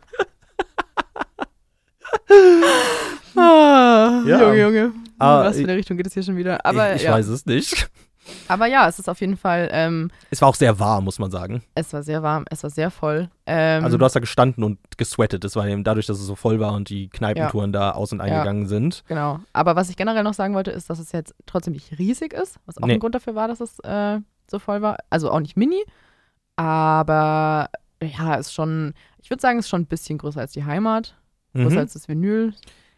Ah, Ja. Junge, Junge. Ah, In Hm, Was für ich- eine Richtung geht es hier schon wieder? Aber, ich ich ja. weiß es nicht. Aber ja, es ist auf jeden Fall, ähm, Es war auch sehr warm, muss man sagen. es war sehr warm, es war sehr voll. Ähm, Also du hast da gestanden und gesweatet. Das war eben dadurch, dass es so voll war und die Kneipentouren da aus und Ja. eingegangen sind. Genau. Aber was ich generell noch sagen wollte, ist, dass es jetzt trotzdem nicht riesig ist, was auch Nee. ein Grund dafür war, dass es äh, so voll war. Also auch nicht mini, aber ja, ist schon, ich würde sagen, ist schon ein bisschen größer als die Heimat, Mhm. größer als das Vinyl.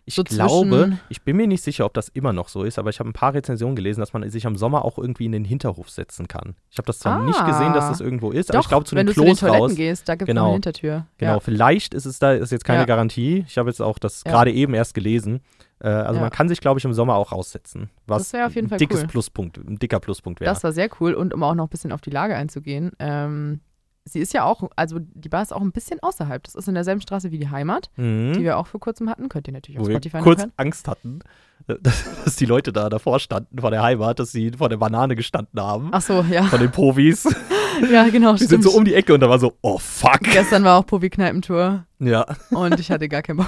Ich so glaube, zwischen- ich bin mir nicht sicher, ob das immer noch so ist, aber ich habe ein paar Rezensionen gelesen, dass man sich am Sommer auch irgendwie in den Hinterhof setzen kann. Ich habe das zwar Ah. nicht gesehen, dass das irgendwo ist, aber ich glaube zu wenn den du Klos zu den Toiletten raus. gehst, da gibt es Genau. eine Hintertür. Genau, Ja. vielleicht ist es da, ist jetzt keine Ja. Garantie. Ich habe jetzt auch das Ja. gerade eben erst gelesen. Äh, also Ja. man kann sich, glaube ich, im Sommer auch raussetzen. Was Das wäre auf jeden Fall ein dickes cool. Pluspunkt, ein dicker Pluspunkt wäre. Das war sehr cool und um auch noch ein bisschen auf die Lage einzugehen. Ähm, sie ist ja auch, also die Bar ist auch ein bisschen außerhalb. Das ist in derselben Straße wie die Heimat, die Mhm. wir auch vor kurzem hatten. Könnt ihr natürlich auf Wo wir Spotify kurz hören. Angst hatten, äh, dass, dass die Leute da davor standen, vor der Heimat, dass sie vor der Banane gestanden haben, Ach so, ja. von den Profis. Ja, genau, Die sind Ah. stimmt. so um die Ecke und da war so, oh fuck. Gestern war auch Probi-Kneipentour Ja, genau. und ich hatte gar keinen Bock.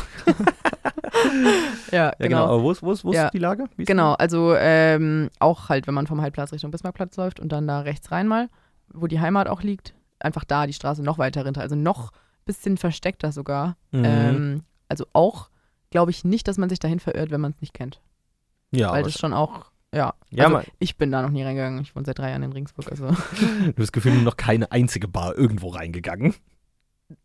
ja, ja genau. genau. Aber wo ist, wo ist, wo ist Ja. die Lage? Wie ist Genau, also ähm, auch halt, wenn man vom Heidplatz Richtung Bismarckplatz läuft und dann da rechts rein mal, wo die Heimat auch liegt, einfach da die Straße noch weiter runter, also noch bisschen versteckter sogar. die? Mhm. Ähm, also auch, glaube ich nicht, dass man sich dahin verirrt, wenn man es nicht kennt. ja, weil das schon auch, ja. Ja, also, man- ich bin da noch nie reingegangen. Ich wohne seit drei Jahren in Ringsburg. Also. du hast das Gefühl, noch keine einzige Bar irgendwo reingegangen.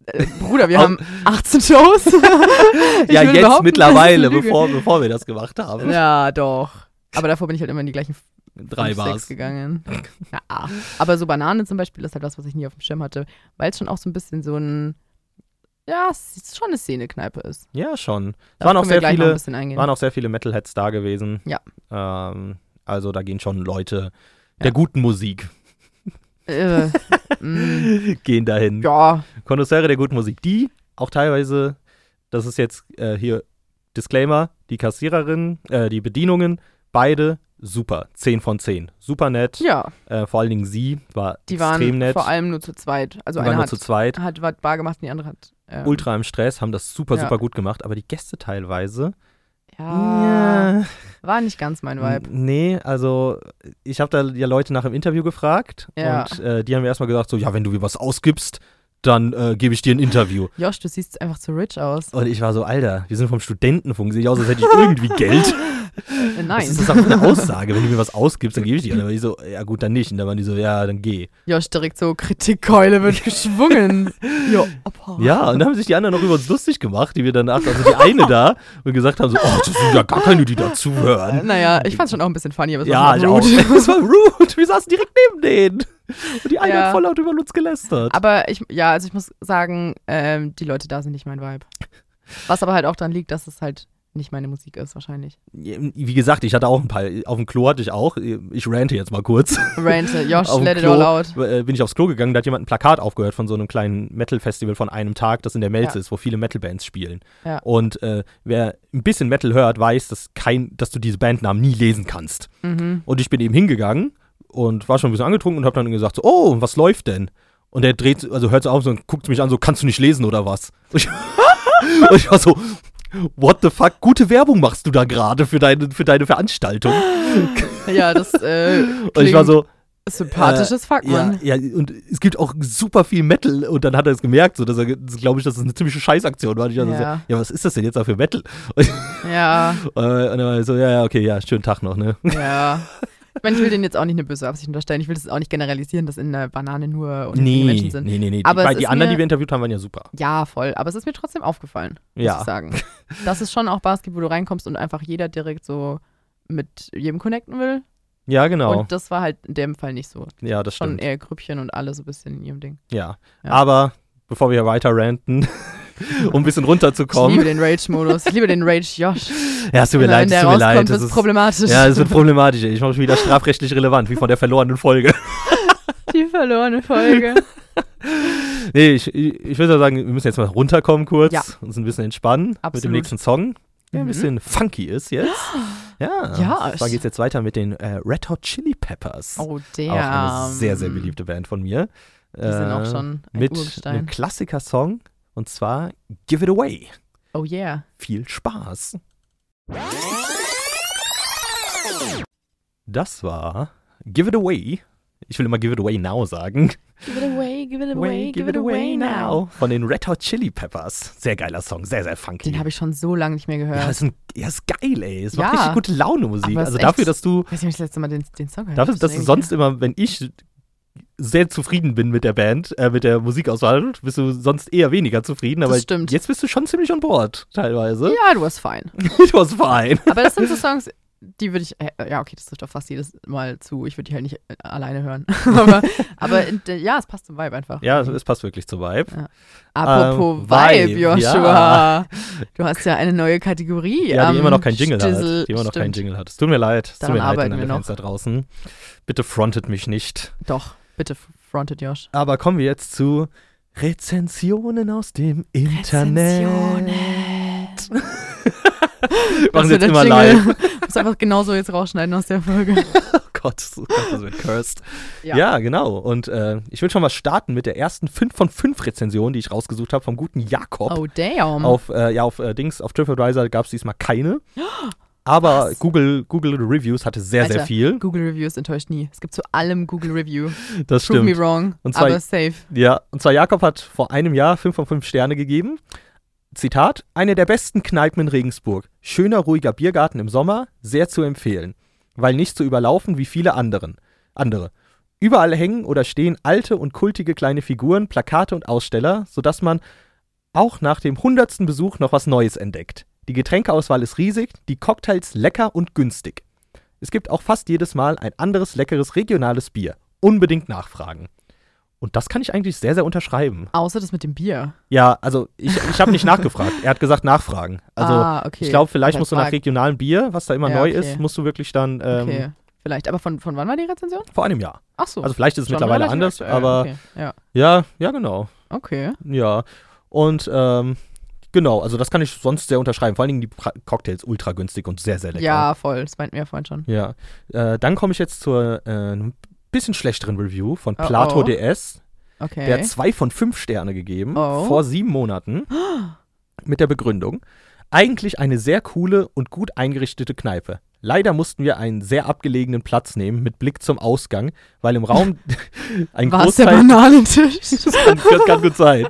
Äh, Bruder, wir Au. haben 18 Shows. Ich ja, will jetzt behaupten, mittlerweile, das ist eine Lüge. bevor, bevor wir das gemacht haben. Ja, doch. Aber davor bin ich halt immer in die gleichen Drei fünf, sechs Bars. gegangen. Ja. Aber so Banane zum Beispiel ist halt was, was ich nie auf dem Schirm hatte, weil es schon auch so ein bisschen so ein, ja, es ist schon eine Szene-Kneipe ist. Ja, schon. Es Darauf waren auch, können wir sehr gleich noch ein viele, bisschen eingehen. waren auch sehr viele Metalheads da gewesen. Ja. Ähm, also da gehen schon Leute Ja. der guten Musik, äh, mh, gehen dahin. ja, Konnoisseure der guten Musik, die auch teilweise, das ist jetzt äh, hier Disclaimer, die Kassiererin, äh, die Bedienungen, beide super, 10 von 10. Super nett. ja, Äh, vor allen Dingen sie war die waren extrem nett. vor allem nur zu zweit. Also die waren eine nur hat, zu zweit. hat was bar gemacht und die andere hat ähm, Ultra im Stress, haben das super, Ja. super gut gemacht, aber die Gäste teilweise. Ah, Ja, ja, Hm. war nicht ganz mein Vibe. N- Nee, also ich habe da ja Leute nach dem Interview gefragt Ja. und äh, die haben mir erstmal gesagt, so, ja, wenn du mir was ausgibst, dann äh, gebe ich dir ein Interview. Josh, du siehst einfach zu rich aus. Und ich war so, Alter, wir sind vom Studentenfunk, sehe ich aus, als hätte ich irgendwie Geld. Äh, Was nein. ist das auch für eine Aussage? Wenn du mir was ausgibst, dann gebe ich dir. Und dann war ich so, ja gut, dann nicht. Und dann waren die so, ja, dann geh. Josh direkt so, Kritikkeule wird geschwungen. Jo, Opa. Ja, und dann haben sich die anderen noch über uns lustig gemacht, die wir danach, also die eine da, und gesagt haben so, oh, das sind ja gar keine, die da zuhören. Naja, ich fand's schon auch ein bisschen funny, aber es Ja, war ich schon auch. rude. Das war rude. Wir saßen direkt neben denen. Und die eine Ja. hat voll laut über uns gelästert. Aber ich, ja, also ich muss sagen, ähm, die Leute da sind nicht mein Vibe. Was aber halt auch daran liegt, dass es halt nicht meine Musik ist, wahrscheinlich. Wie gesagt, ich hatte auch ein paar, auf dem Klo hatte ich auch, ich rante jetzt mal kurz. Rante, äh, Josh, Auf dem let it Klo. all out. Äh, Bin ich aufs Klo gegangen, da hat jemand ein Plakat aufgehört von so einem kleinen Metal-Festival von einem Tag, das in der Melze Ja. ist, wo viele Metal-Bands spielen. Ja. Und äh, wer ein bisschen Metal hört, weiß, dass, kein, dass du diese Bandnamen nie lesen kannst. Mhm. Und ich bin eben hingegangen und war schon ein bisschen angetrunken und habe dann gesagt so, oh, was läuft denn? Und er dreht, also hört so auf und guckt mich an, so, kannst du nicht lesen oder was? Und ich, und ich war so, what the fuck, gute Werbung machst du da gerade für deine, für deine Veranstaltung. Ja, das äh, Und ich war klingt so, äh, sympathisches Fuck, ja, Mann. ja, und es gibt auch super viel Metal. Und dann hat er es gemerkt, so, dass er, glaube ich, dass es eine ziemliche Scheißaktion war. Und Ich war so, Ja. ja. was ist das denn jetzt da für Metal? Und, Ja, äh, und dann war ich so, ja, ja, okay, ja, schönen Tag noch, ne? ja. Ich meine, ich will denen jetzt auch nicht eine böse Absicht unterstellen. Ich will das auch nicht generalisieren, dass in der Banane nur unabhängige Nee, Menschen sind. nee, nee, nee. Aber die, es weil die ist anderen, mir- die wir interviewt haben, waren ja super. Ja, voll. Aber es ist mir trotzdem aufgefallen, muss Ja. ich sagen. Dass es schon auch Bars gibt, wo du reinkommst und einfach jeder direkt so mit jedem connecten will. Ja, genau. Und das war halt in dem Fall nicht so. ja, das schon stimmt. eher Grüppchen und alle so ein bisschen in ihrem Ding. Ja. Ja. Aber bevor wir weiter ranten, um ein bisschen Ich runterzukommen. liebe den Rage-Modus. Ich liebe den Rage-Josh. Ja, es tut mir Wenn er- leid, wenn es der tut mir leid. rauskommt, Das ist ist, problematisch. ja, es wird problematisch. ey. Ich mache mich wieder strafrechtlich relevant, wie von der verlorenen Folge. Die verlorene Folge. Nee, ich, ich, ich würde sagen, wir müssen jetzt mal runterkommen kurz, Ja. uns ein bisschen entspannen mit Absolut. dem nächsten Song, der ein Mhm. bisschen funky ist jetzt. Ja, Ja, da es- geht es jetzt weiter mit den äh, Red Hot Chili Peppers. Oh, Auch damn. eine sehr, sehr beliebte Band von mir. Äh, Die sind auch schon ein mit ne Urgestein. einem Klassiker-Song und zwar Give It Away. Oh yeah. Viel Spaß. Das war Give It Away. Ich will immer Give It Away Now sagen. Give it away, give it Von den Red Hot Chili Peppers. Sehr geiler Song, sehr, sehr funky. Den habe ich schon so lange nicht mehr ja, gehört. ist, ein, ja, ist geil, ey. Es Ja. macht richtig gute Laune Musik. Aber es Also ist dafür, echt- dass du, Ich weiß nicht, ob ich das letzte Mal den, den Song gehört dafür, hab. dass du Schon sonst ewig immer, wenn ich sehr zufrieden bin mit der Band, äh, mit der Musikauswahl, bist du sonst eher weniger zufrieden. Das Aber stimmt. jetzt bist du schon ziemlich on board, teilweise. her. Ja, du warst fein. It was fine. Aber das sind so Songs, die würde ich. Äh, ja, okay, das trifft auf fast jedes Mal zu. Ich würde die halt nicht äh, alleine hören. aber aber in, der- ja, es passt zum Vibe einfach. Ja, es, es passt wirklich zu Vibe. Apropos Ähm, Vibe, Vibe, Joshua. Du hast ja eine neue Kategorie. Ja, am die immer noch kein Jingle Stissel. hat. Die immer noch keinen ähm, Stimmt. Jingle hat. Es tut mir leid. Es tut Daran mir leid, arbeiten wir meine noch. Fans da draußen. Bitte frontet mich nicht. Doch, bitte f- gefrontet, Josh. Aber kommen wir jetzt zu Rezensionen aus dem Internet. Rezensionen. Machen Das sie wird jetzt der immer Jingle. live. Muss einfach genauso jetzt rausschneiden aus der Folge. Oh Gott, so- das wird cursed. Ja. Ja, genau. Und äh, ich will schon mal starten mit der ersten 5 von 5 Rezensionen, die ich rausgesucht habe vom guten Jakob. Oh, damn. Auf, äh, ja, auf äh, Dings, auf TripAdvisor gab es diesmal keine. Aber Was? Google, Google Reviews hatte sehr, sehr Alter, viel. Google Reviews enttäuscht nie. Es gibt zu allem Google Review. Das Prove stimmt. me wrong, Und zwar- aber safe. Ja, und zwar Jakob hat vor einem Jahr 5 von 5 Sterne gegeben. Zitat: Eine der besten Kneipen in Regensburg. Schöner, ruhiger Biergarten im Sommer, sehr zu empfehlen. Weil nicht so überlaufen wie viele anderen. andere. Überall hängen oder stehen alte und kultige kleine Figuren, Plakate und Aussteller, sodass man auch nach dem hundertsten Besuch noch was Neues entdeckt. Die Getränkeauswahl ist riesig, die Cocktails lecker und günstig. Es gibt auch fast jedes Mal ein anderes leckeres regionales Bier. Unbedingt nachfragen. Und das kann ich eigentlich sehr, sehr unterschreiben. Außer das mit dem Bier. Ja, also ich, ich habe nicht nachgefragt. Er hat gesagt, nachfragen. Also ah, okay. ich glaube, vielleicht Das musst du nach war- regionalem Bier, was da immer Ja, neu okay. ist, musst du wirklich dann ähm, Okay, vielleicht. Aber von, von wann war die Rezension? vor einem Jahr. Ach so. Also vielleicht ist es schon mittlerweile relativ anders, aktuell, aber Okay. Ja, ja, ja, genau. okay. Ja. Und ähm, genau, also das kann ich sonst sehr unterschreiben. Vor allen Dingen die pra Cocktails ultra günstig und sehr, sehr lecker. Ja, voll. Das meinten wir ja vorhin schon. Ja. Äh, dann komme ich jetzt zur äh, einem bisschen schlechteren Review von Oh, Plato oh. DS. Okay. Der hat zwei von fünf Sterne gegeben, Oh. vor sieben Monaten, mit der Begründung, eigentlich eine sehr coole und gut eingerichtete Kneipe. Leider mussten wir einen sehr abgelegenen Platz nehmen, mit Blick zum Ausgang, weil im Raum ein war es der Großteil... Bananentisch? Das kann, kann gut sein.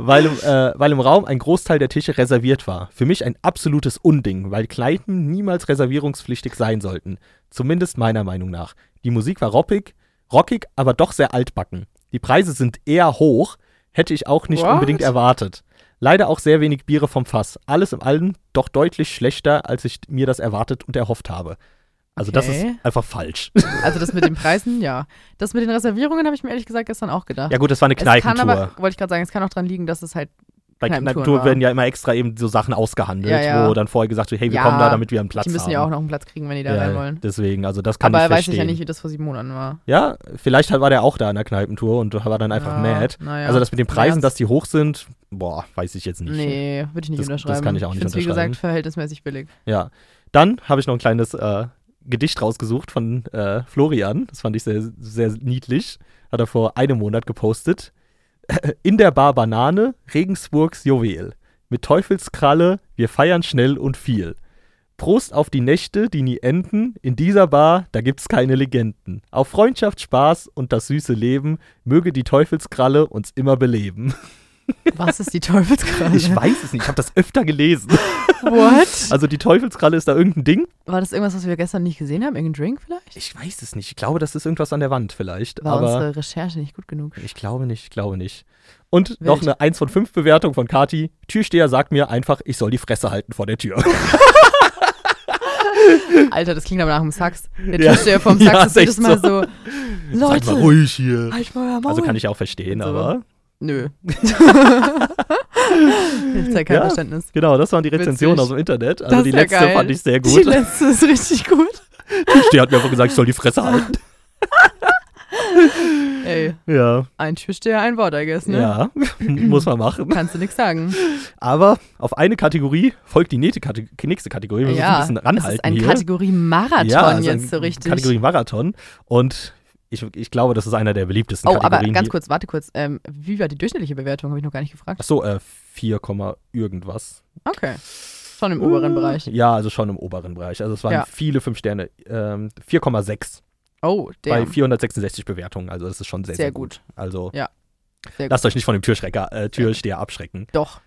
Weil im, äh, weil im Raum ein Großteil der Tische reserviert war. Für mich ein absolutes Unding, weil Kneipen niemals reservierungspflichtig sein sollten. Zumindest meiner Meinung nach. Die Musik war rockig, rockig aber doch sehr altbacken. Die Preise sind eher hoch, hätte ich auch nicht What? unbedingt erwartet. Leider auch sehr wenig Biere vom Fass. Alles im Allem doch deutlich schlechter, als ich mir das erwartet und erhofft habe. Also das ist Okay. einfach falsch. also das mit den Preisen, ja. Das mit den Reservierungen habe ich mir ehrlich gesagt gestern auch gedacht. ja gut, das war eine es kann Kneipentour. aber, wollte ich gerade sagen, es kann auch dran liegen, dass es halt Bei Kneipentour Kneipentour war. werden ja immer extra eben so Sachen ausgehandelt, Ja, ja. wo dann vorher gesagt wird, hey, wir Ja, kommen da, damit wir einen Platz die haben. müssen ja auch noch einen Platz kriegen, wenn die da ja, rein wollen. Deswegen, also das kann aber ich weiß verstehen. ich ja nicht, wie das vor sieben Monaten war. Ja, vielleicht halt war der auch da in der Kneipentour und war dann einfach Ja, mad. naja. Also das mit den Preisen, Naja. dass die hoch sind, boah, weiß ich jetzt nicht. ne? Nee, würde ich nicht Das- das unterschreiben. kann ich auch nicht find's, wie unterschreiben. gesagt, verhältnismäßig billig. Ja. Dann habe ich noch ein kleines äh, Gedicht rausgesucht von äh, Florian. Das fand ich sehr, sehr niedlich. Hat er vor einem Monat gepostet. In der Bar Banane, Regensburgs Juwel. Mit Teufelskralle, wir feiern schnell und viel. Prost auf die Nächte, die nie enden. In dieser Bar, da gibt's keine Legenden. Auf Freundschaft, Spaß und das süße Leben. Möge die Teufelskralle uns immer beleben. Was ist die Teufelskralle? Ich weiß es nicht, ich habe das öfter gelesen. What? Also die Teufelskralle ist da irgendein Ding. War das irgendwas, was wir gestern nicht gesehen haben? Irgendein Drink vielleicht? Ich weiß es nicht. Ich glaube, das ist irgendwas an der Wand vielleicht. War aber unsere Recherche nicht gut genug? ich glaube nicht, ich glaube nicht. Und noch Wild. eine 1 von 5 Bewertung von Kati. Türsteher sagt mir einfach, ich soll die Fresse halten vor der Tür. Alter, das klingt aber nach einem Sax. Der Ja. Türsteher vom Ja, Sax ist ist echt jedes Mal so, Seid mal Leute, ruhig hier. halt mal euer Maul. Also kann ich auch verstehen, Also, aber Nö. ich zeig kein Ja. Verständnis. genau, das waren die Rezensionen witzig. aus dem Internet. Also Das die ist ja letzte geil. fand ich sehr Die gut. letzte ist richtig gut. Türsteher hat mir einfach gesagt, ich soll die Fresse halten. Ey, Ja, ein Türsteher, ein Wort, I guess, ne? ja, muss man machen. Kannst du nichts sagen. Aber auf eine Kategorie folgt die nächste Kategorie. Nächste Kategorie. Wir müssen ja, ein bisschen das ranhalten ist ein hier. Kategorie-Marathon also jetzt ein so richtig. Kategorie Marathon. Und ich, ich glaube, das ist einer der beliebtesten oh, aber Kategorien. ganz die- kurz, warte kurz. Ähm, wie war die durchschnittliche Bewertung? Habe ich noch gar nicht gefragt. Ach so, äh, 4, Komma irgendwas. Okay. Schon im oberen Äh, Bereich. Ja, also schon im oberen Bereich. Also es waren Ja. viele 5 Sterne. Ähm, 4,6 Oh, bei der. 466 Bewertungen. Also das ist schon sehr, Sehr sehr, gut. Also Ja, sehr gut. lasst euch nicht von dem Türschrecker, äh, Türsteher abschrecken. Doch.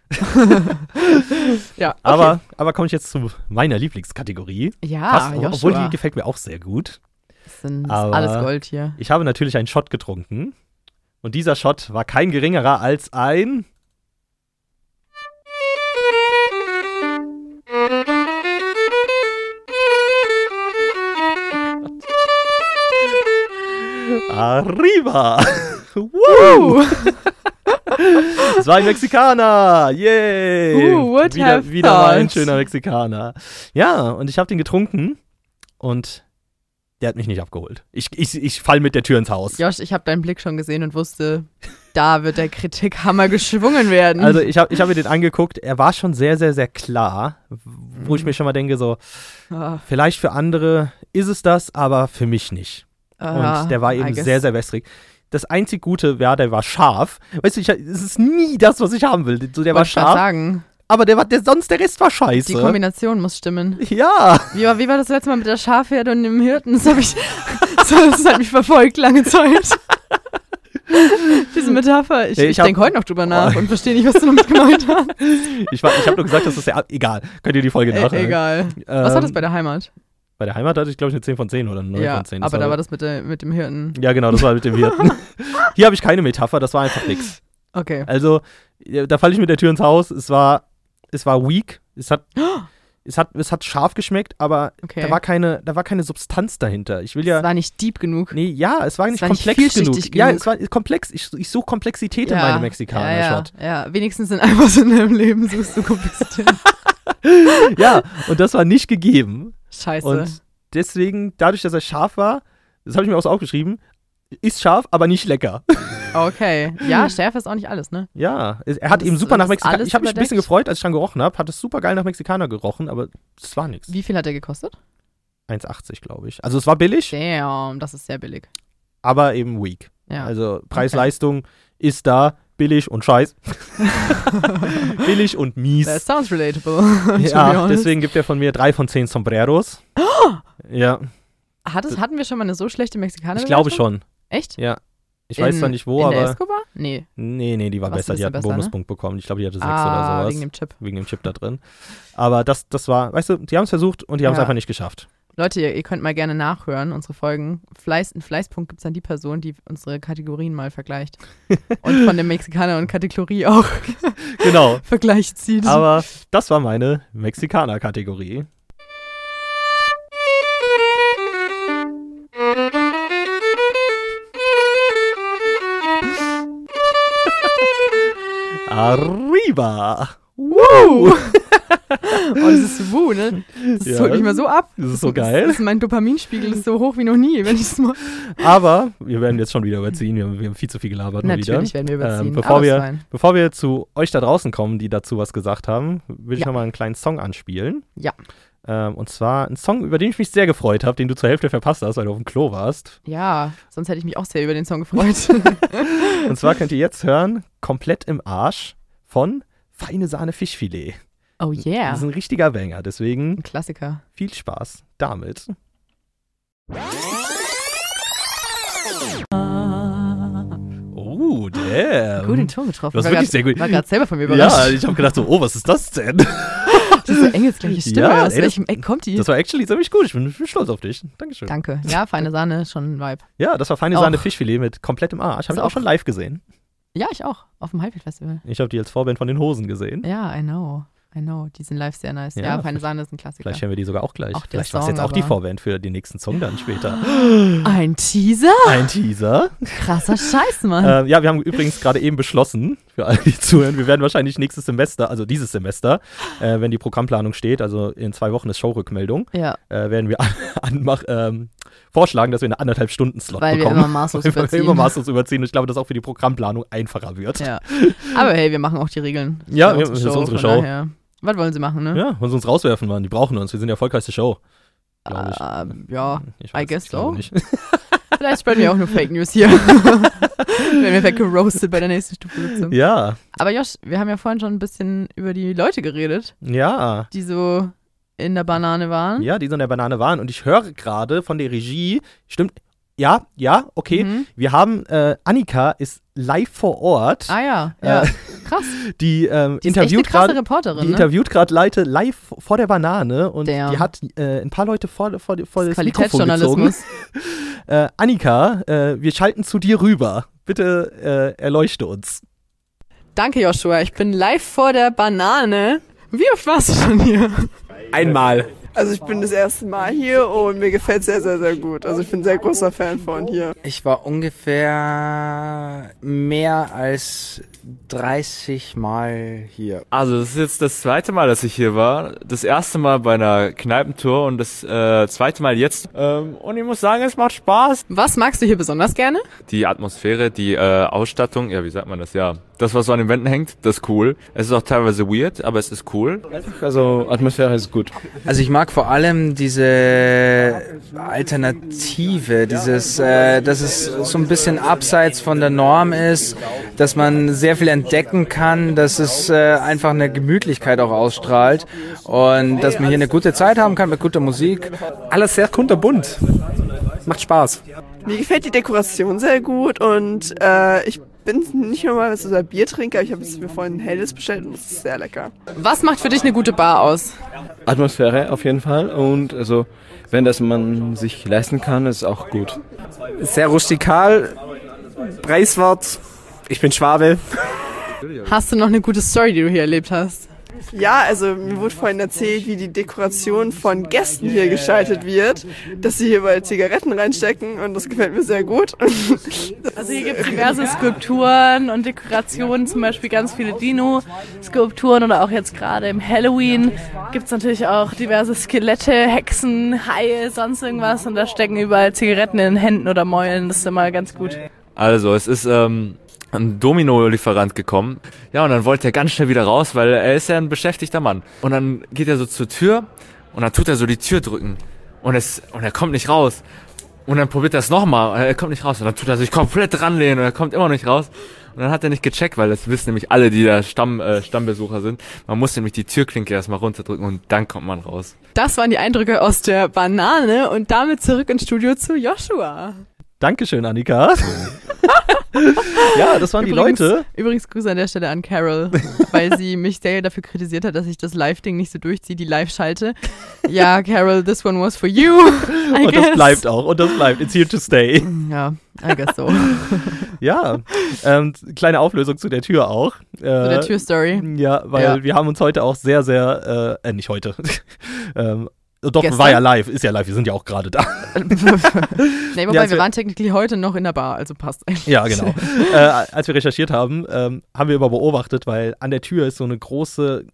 ja, okay. Aber, aber komme ich jetzt zu meiner Lieblingskategorie. Ja, Fast- obwohl Ah, Joshua. die gefällt mir auch sehr gut. Das sind- das ist aber- alles Gold hier. Ich habe natürlich einen Shot getrunken. Und dieser Shot war kein geringerer als ein Arriba! Woo! Uh, Es war ein Mexikaner! Yay! Who would wieder have wieder mal ein thought? schöner Mexikaner. Ja, und ich habe den getrunken und Der hat mich nicht abgeholt. Ich, ich, ich fall mit der Tür ins Haus. Josh, ich habe deinen Blick schon gesehen und wusste, da wird der Kritikhammer geschwungen werden. Also ich habe ich hab mir den angeguckt, er war schon sehr, sehr, sehr klar, wo ich mir schon mal denke, so, Mhm. Ah, vielleicht für andere ist es das, aber für mich nicht. ah, Und der war I eben guess. sehr, sehr wässrig. Das einzig Gute war, der war scharf. Weißt du, ich, es ist nie das, was ich haben will. So, der war Wollte ich grad scharf, sagen, aber der war, der, sonst der Rest war die scheiße. Kombination muss stimmen. Ja, Wie war, wie war das letzte Mal mit der Schafherde und dem Hirten? Das, hab ich, das hat mich verfolgt lange Zeit. Diese Metapher. Ich, Nee, ich ich, hab- Oh. denke heute noch drüber nach und verstehe nicht, was du damit gemeint hast. ich, war- ich habe nur gesagt, dass das der. Egal, könnt ihr die halt Folge E nachhören. Ähm, egal. Was war das bei der Heimat? Bei der Heimat hatte ich, glaube ich, eine 10 von 10 oder eine 9 Ja, von 10. aber da war das mit, der, mit dem Hirten. Ja, genau, das war mit dem Hirten. Hier habe ich keine Metapher, das war einfach nix. Okay. Also, ja, da falle ich mit der Tür ins Haus. Es war, es war weak. Es hat, es hat, es hat scharf geschmeckt, aber Okay. da, war keine, da war keine Substanz dahinter. Ich will ja. Das war nicht deep genug. Nee, ja, es war nicht war nicht komplex genug. vielschichtig Ja, genug. es war komplex. Ich, ich suche Komplexität in meinem Mexikaner-Shot. ja, ja, ja, wenigstens in allem, was in deinem Leben suchst du Komplexität. Ja, und das war nicht gegeben. Scheiße. Und deswegen, dadurch, dass er scharf war, das habe ich mir auch so aufgeschrieben, ist scharf, aber nicht lecker. Okay. Ja, Schärfe ist auch nicht alles, ne? Ja, es- er hat Das- eben super nach das ist Mexikaner. alles Ich habe mich ein bisschen überdeckt. gefreut, als ich dann gerochen habe. Hat es super geil nach Mexikaner gerochen, aber es war nichts. Wie viel hat der gekostet? 1,80, glaube ich. Also es war billig, Damn, das ist sehr billig. aber eben weak. Ja. Also Preis-Leistung ist da billig und scheiß. billig und mies. That sounds relatable. to be Ja, honest. deswegen gibt er von mir drei von zehn Sombreros. Ja, Hat es, hatten wir schon mal eine so schlechte Mexikanerin? ich glaube schon. Echt? Ich weiß In- zwar nicht wo, in der aber. Escobar? Nee. Nee, nee, die war Warst besser. du Die hat ein bisschen besser, einen ne? Bonuspunkt bekommen. Ich glaube, die hatte sechs ah, oder sowas. wegen dem Chip. Wegen dem Chip da drin. Aber das, das war, weißt du, die haben es versucht und die haben es Ja. einfach nicht geschafft. Leute, ihr, ihr könnt mal gerne nachhören, unsere Folgen. Fleiß, einen Fleißpunkt gibt es an die Person, die unsere Kategorien mal vergleicht. und von dem Mexikaner und Kategorie auch Genau. Vergleich zieht. Aber das war meine Mexikaner-Kategorie. Arriba! Woo! Oh, das ist wuh, ne? Das Ja. holt mich mal so ab. Das ist so geil. Das, das, mein Dopaminspiegel ist so hoch wie noch nie, wenn ich es mache. Aber wir werden jetzt schon wieder überziehen. Wir haben, wir haben viel zu viel gelabert. mal Natürlich wieder. werden wir überziehen. Ähm, bevor, aber ist wir, fein. bevor wir zu euch da draußen kommen, die dazu was gesagt haben, will ich Ja. nochmal einen kleinen Song anspielen. Ja. Ähm, und zwar ein Song, über den ich mich sehr gefreut habe, den du zur Hälfte verpasst hast, weil du auf dem Klo warst. Ja, sonst hätte ich mich auch sehr über den Song gefreut. Und zwar könnt ihr jetzt hören: Komplett im Arsch von Feine Sahne Fischfilet. oh Das yeah. ist ein richtiger Banger. Deswegen Ein Klassiker. viel Spaß damit. Oh, damn. Guten Ton getroffen. das War ist wirklich grad- sehr gut. War gerade selber von mir Ja, überrascht. ich habe gedacht so, oh, was ist das denn? Diese engelsgleiche Stimme. Ja, aus ey, das- welchem Eck kommt die? Das war actually ziemlich gut. Ich bin, ich bin stolz auf dich. Dankeschön. Danke. Ja, feine Sahne, schon ein Vibe. Ja, das war feine Auch. Sahne Fischfilet mit komplettem Arsch. Ist Habe ich auch auch- schon live gesehen. Ja, ich auch. Auf dem Highfield-Festival. Ich habe die als Vorband von den Hosen gesehen. Ja, I know. I know. Die sind live sehr nice. Ja, Ja, feine Sahne ist ein Klassiker. Vielleicht hören wir die sogar auch gleich. Auch der Vielleicht war es Song, jetzt auch die aber- Vorband für den nächsten Song dann später. Ein Teaser? Ein Teaser. Krasser Scheiß, Mann. Ähm, ja, wir haben übrigens gerade eben beschlossen, für alle, die zuhören, wir werden wahrscheinlich nächstes Semester, also dieses Semester, äh, wenn die Programmplanung steht, also in zwei Wochen ist Showrückmeldung, ja, äh, werden wir an, anmach, ähm, vorschlagen, dass wir eine anderthalb Stunden Slot weil wir bekommen. immer maßlos Weil wir überziehen. immer maßlos überziehen. Ich glaube, dass auch für die Programmplanung einfacher wird. Ja. Aber hey, wir machen auch die Regeln. Das Ja, ist wir- das ist unsere von Show. daher. Was wollen sie machen, ne? Ja, wollen sie uns rauswerfen, Mann. Die brauchen uns. Wir sind die erfolgreichste Show. Glaub ich. Hm, Ähm, ja. Ich I guess ich so. glaube nicht. Vielleicht sprechen wir auch nur Fake News hier. Werden wir weggerostet bei der nächsten Stufe. Ja, Aber Josh, wir haben ja vorhin schon ein bisschen über die Leute geredet, ja. die so in der Banane waren. Ja, die so in der Banane waren. Und ich höre gerade von der Regie, stimmt, ja, ja, okay. Mhm. Wir haben, äh, Annika ist live vor Ort. Ah ja, ja. Äh, krass. Die, ähm, Die interviewt ist echt eine krasse gerade. Die Reporterin, ne? interviewt gerade Leute live vor der Banane und Damn. die hat äh, ein paar Leute vor, vor, vor das, Mikrofon gezogen. Qualitätsjournalismus. Äh, Annika, äh, wir schalten zu dir rüber. Bitte äh, erleuchte uns. Danke, Joshua. Ich bin live vor der Banane. Wie oft warst du schon hier? Einmal. Also ich bin das erste Mal hier und mir gefällt sehr, sehr, sehr gut. Also ich bin ein sehr großer Fan von hier. Ich war ungefähr mehr als 30 Mal hier. Also das ist jetzt das zweite Mal, dass ich hier war. Das erste Mal bei einer Kneipentour und das äh, zweite Mal jetzt. Ähm, und ich muss sagen, es macht Spaß. Was magst du hier besonders gerne? Die Atmosphäre, die äh, Ausstattung, ja, wie sagt man das? Ja, das, was so an den Wänden hängt, das ist cool. Es ist auch teilweise weird, aber es ist cool. Also Atmosphäre ist gut. Also ich mag vor allem diese Alternative, dieses, äh, dass es so ein bisschen abseits von der Norm ist, dass man sehr viel entdecken kann, dass es äh, einfach eine Gemütlichkeit auch ausstrahlt und dass man hier eine gute Zeit haben kann mit guter Musik. Alles sehr kunterbunt. Macht Spaß. Mir gefällt die Dekoration sehr gut und äh, ich bin nicht normal so ein Biertrinker, ich habe jetzt mir vorhin ein helles bestellt und das ist sehr lecker. Was macht für dich eine gute Bar aus? Atmosphäre auf jeden Fall und also wenn das man sich leisten kann, ist auch gut. Sehr rustikal, preiswert. Ich bin Schwabe. Hast du noch eine gute Story, die du hier erlebt hast? Ja, also mir wurde vorhin erzählt, wie die Dekoration von Gästen hier gestaltet wird, dass sie hier mal Zigaretten reinstecken und das gefällt mir sehr gut. Also hier gibt es diverse Skulpturen und Dekorationen, zum Beispiel ganz viele Dino-Skulpturen oder auch jetzt gerade im Halloween gibt es natürlich auch diverse Skelette, Hexen, Haie, sonst irgendwas und da stecken überall Zigaretten in den Händen oder Mäulen, das ist immer ganz gut. Also es ist ähm, ein Domino-Lieferant gekommen. Ja, und dann wollte er ganz schnell wieder raus, weil er ist ja ein beschäftigter Mann. Und dann geht er so zur Tür und dann tut er so die Tür drücken. Und, es, und er kommt nicht raus. Und dann probiert er es nochmal, er kommt nicht raus. Und dann tut er sich komplett ranlehnen und er kommt immer noch nicht raus. Und dann hat er nicht gecheckt, weil das wissen nämlich alle, die da Stamm, äh, Stammbesucher sind. Man muss nämlich die Türklinke erstmal runterdrücken und dann kommt man raus. Das waren die Eindrücke aus der Banane und damit zurück ins Studio zu Joshua. Dankeschön, Annika. ja, das waren übrigens, die Leute. Übrigens Grüße an der Stelle an Carol, weil sie mich sehr dafür kritisiert hat, dass ich das Live-Ding nicht so durchziehe, die live schalte. Ja, Carol, this one was for you. I Und guess. das bleibt auch. Und das bleibt. It's here to stay. Ja, I guess so. Ja. Ähm, kleine Auflösung zu der Tür auch. Äh, So der Tür-Story. Ja, weil Ja. wir haben uns heute auch sehr, sehr, äh, äh nicht heute. ähm, doch, Gestern? war ja live, ist ja live, wir sind ja auch gerade da. nee, wobei, als wir wir- waren technically heute noch in der Bar, also passt eigentlich. Ja, genau. äh, als wir recherchiert haben, ähm, haben wir immer beobachtet, weil an der Tür ist so eine große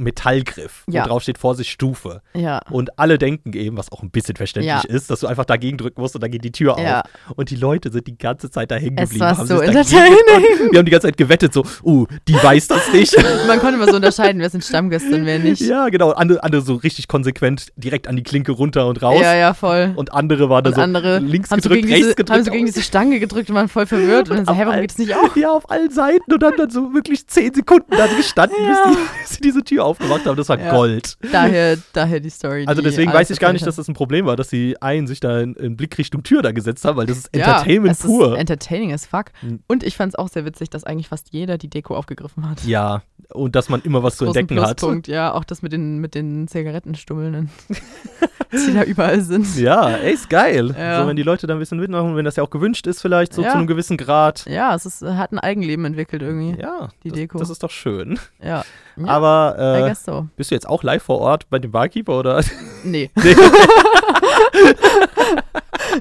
Metallgriff, Ja. wo drauf steht Vorsicht Stufe. Ja. Und alle denken eben, was auch ein bisschen verständlich Ja. ist, dass du einfach dagegen drücken musst und dann geht die Tür Ja. auf. Und die Leute sind die ganze Zeit da hängen Es geblieben. war haben so sich dagegen entertaining. gedrückt. Wir haben die ganze Zeit gewettet, so, uh, die weiß das nicht. Man konnte mal so unterscheiden, wer sind Stammgäste und wer nicht. ja, genau. Andere, andere so richtig konsequent direkt an die Klinke runter und raus. ja, ja, voll. Und andere waren da Und so andere links haben so gedrückt, gegen rechts diese, gedrückt. Oh, Haben so gegen diese Stange gedrückt und waren voll verwirrt. Und dann so, hä, warum Auf geht es allen- nicht auf? Ja, auf allen Seiten und haben dann so wirklich zehn Sekunden da so gestanden, bis, die, bis sie diese Tür aufgemacht haben. Das war Ja. Gold. Daher, daher die Story. Also die deswegen alles weiß ich gar nicht, erzählt dass das ein Problem war, dass die einen sich da in, in Blick Richtung Tür da gesetzt haben, weil das ist Ja, Entertainment es pur. Ist entertaining as fuck. Mhm. Und ich fand es auch sehr witzig, dass eigentlich fast jeder die Deko aufgegriffen hat. ja, und dass man immer was zu Großen entdecken hat. Pluspunkt, ja, auch das mit den, mit den Zigarettenstummeln, die da überall sind. Ja, ey, ist geil. Ja. So, wenn die Leute da ein bisschen mitmachen, wenn das ja auch gewünscht ist, vielleicht so Ja. zu einem gewissen Grad. Ja, es ist, hat ein Eigenleben entwickelt irgendwie. Ja, Mhm. Die das, Deko. das ist doch schön. Ja, Ja. I Aber äh, guess so. bist du jetzt auch live vor Ort bei dem Barkeeper oder? Nee. Nee.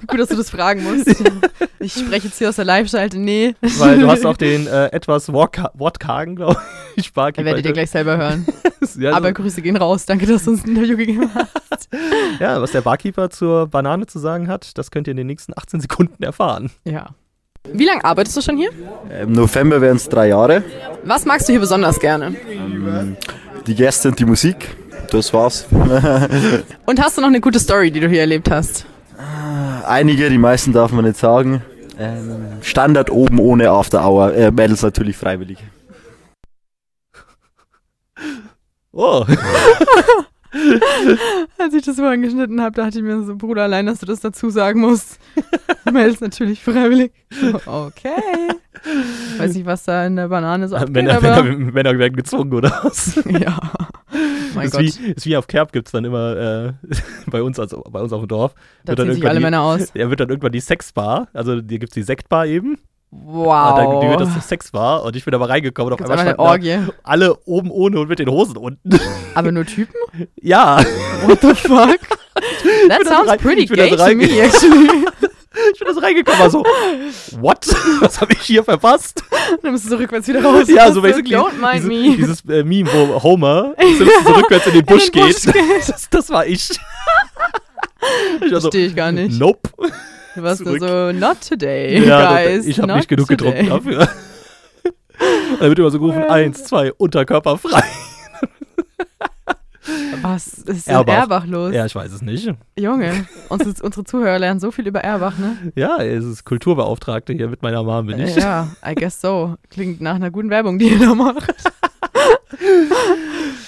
Gut, dass du das fragen musst. Ich spreche jetzt hier aus der Live-Schalte. Nee. Weil du hast auch den äh, etwas wortka- wortkargen, glaube ich, Barkeeper. Dann werdet ihr gleich selber hören. Ja, Aber Aber Grüße gehen raus. Danke, dass du uns ein Interview gegeben hast. ja, was der Barkeeper zur Banane zu sagen hat, das könnt ihr in den nächsten 18 Sekunden erfahren. Ja. Wie lange arbeitest du schon hier? Im November werden es drei Jahre. Ähm, Was magst du hier besonders gerne? Die Gäste und die Musik. Das war's. Und hast du noch eine gute Story, die du hier erlebt hast? Einige, die meisten darf man nicht sagen. Ähm, Standard oben ohne After Hour. Äh, Mädels natürlich freiwillig. Oh, Als ich das vorhin geschnitten habe, dachte ich mir so, Bruder, allein, dass du das dazu sagen musst. Meldest natürlich freiwillig. Okay. Weiß nicht, was da in der Banane so abgeht, Männer, aber... Männer, Männer werden gezwungen, oder was? Ja. Mein ist, Gott, wie, ist wie auf Kerb gibt es dann immer äh, bei, uns, also bei uns auf dem Dorf. da wird dann ziehen sich alle irgendwann Männer aus. die, er wird dann irgendwann die Sexbar, also hier gibt es die Sektbar eben. Wow. Hat dann gedacht, dass das Sex war und ich bin aber reingekommen und auf Gibt's einmal einmal eine standen da Orgie? alle oben ohne und mit den Hosen unten. Aber nur Typen? ja. What the fuck? That da so sounds rein- pretty ich bin da gay so to me, reinge- actually. Ich bin da so reingekommen, war so, what? Was habe ich hier verpasst? Dann musst du so rückwärts wieder raus. Ja, so basically. Don't mind diese, me. Dieses äh, Meme, wo Homer Simpson so rückwärts in den Busch geht. Das, das war ich. ich war so, Verstehe ich gar nicht. Nope. Du warst nur Also, Zurück. so, not today, Ja, da- da- guys. ich habe not nicht genug today. getrunken dafür. Dann wird immer so gerufen, eins, zwei, Unterkörper frei. Was ist in Erbach, los? Ja, ich weiß es nicht. Junge, uns, unsere Zuhörer lernen so viel über Erbach, ne? Ja, es ist Kulturbeauftragte hier mit meiner Mom bin ich. Äh, Ja, I guess so. Klingt nach einer guten Werbung, die ihr da macht.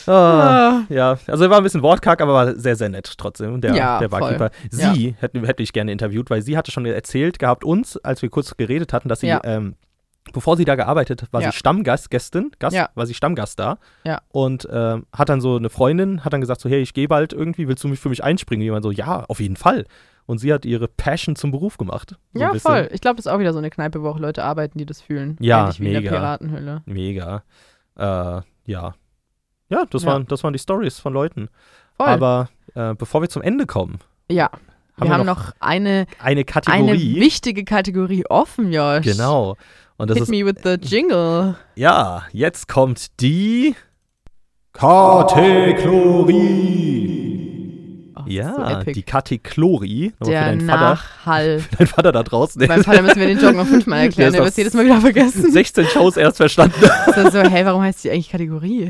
Ah, ja, also er war ein bisschen wortkarg, aber war sehr, sehr nett trotzdem, der, Ja, der Barkeeper. voll. Sie hätte, hätte ich gerne interviewt, weil sie hatte schon erzählt gehabt uns, als wir kurz geredet hatten, dass sie, Ja. ähm, bevor sie da gearbeitet hat, war Ja. sie Stammgast, Gästin, Gast, Ja. war sie Stammgast da Ja. und ähm, hat dann so eine Freundin, hat dann gesagt so, hey, ich gehe bald irgendwie, willst du mich für mich einspringen? Jemand so, ja, auf jeden Fall. Und sie hat ihre Passion zum Beruf gemacht. So ein ja, bisschen. voll. Ich glaube, das ist auch wieder so eine Kneipe, wo auch Leute arbeiten, die das fühlen. Ja, Ähnlich wie in der mega. Piratenhöhle. Mega. Äh, ja. Ja, das, Ja. Waren, das waren die Stories von Leuten. Voll. Aber äh, bevor wir zum Ende kommen, Ja. wir Haben wir haben noch- noch eine, eine eine Kategorie. wichtige Kategorie offen, Josh. genau. Und das Hit ist, me with the jingle. Oh, ja, jetzt kommt die Kategorie. ja, epic. die Kategorie. Nochmal Der für deinen Vater, Nachhall. dein Vater da draußen. Beim Vater müssen wir den Joke noch fünfmal erklären, Der der ist wird das- es jedes Mal wieder vergessen. 16 Shows erst verstanden. So, so, hey, warum heißt die eigentlich Kategorie?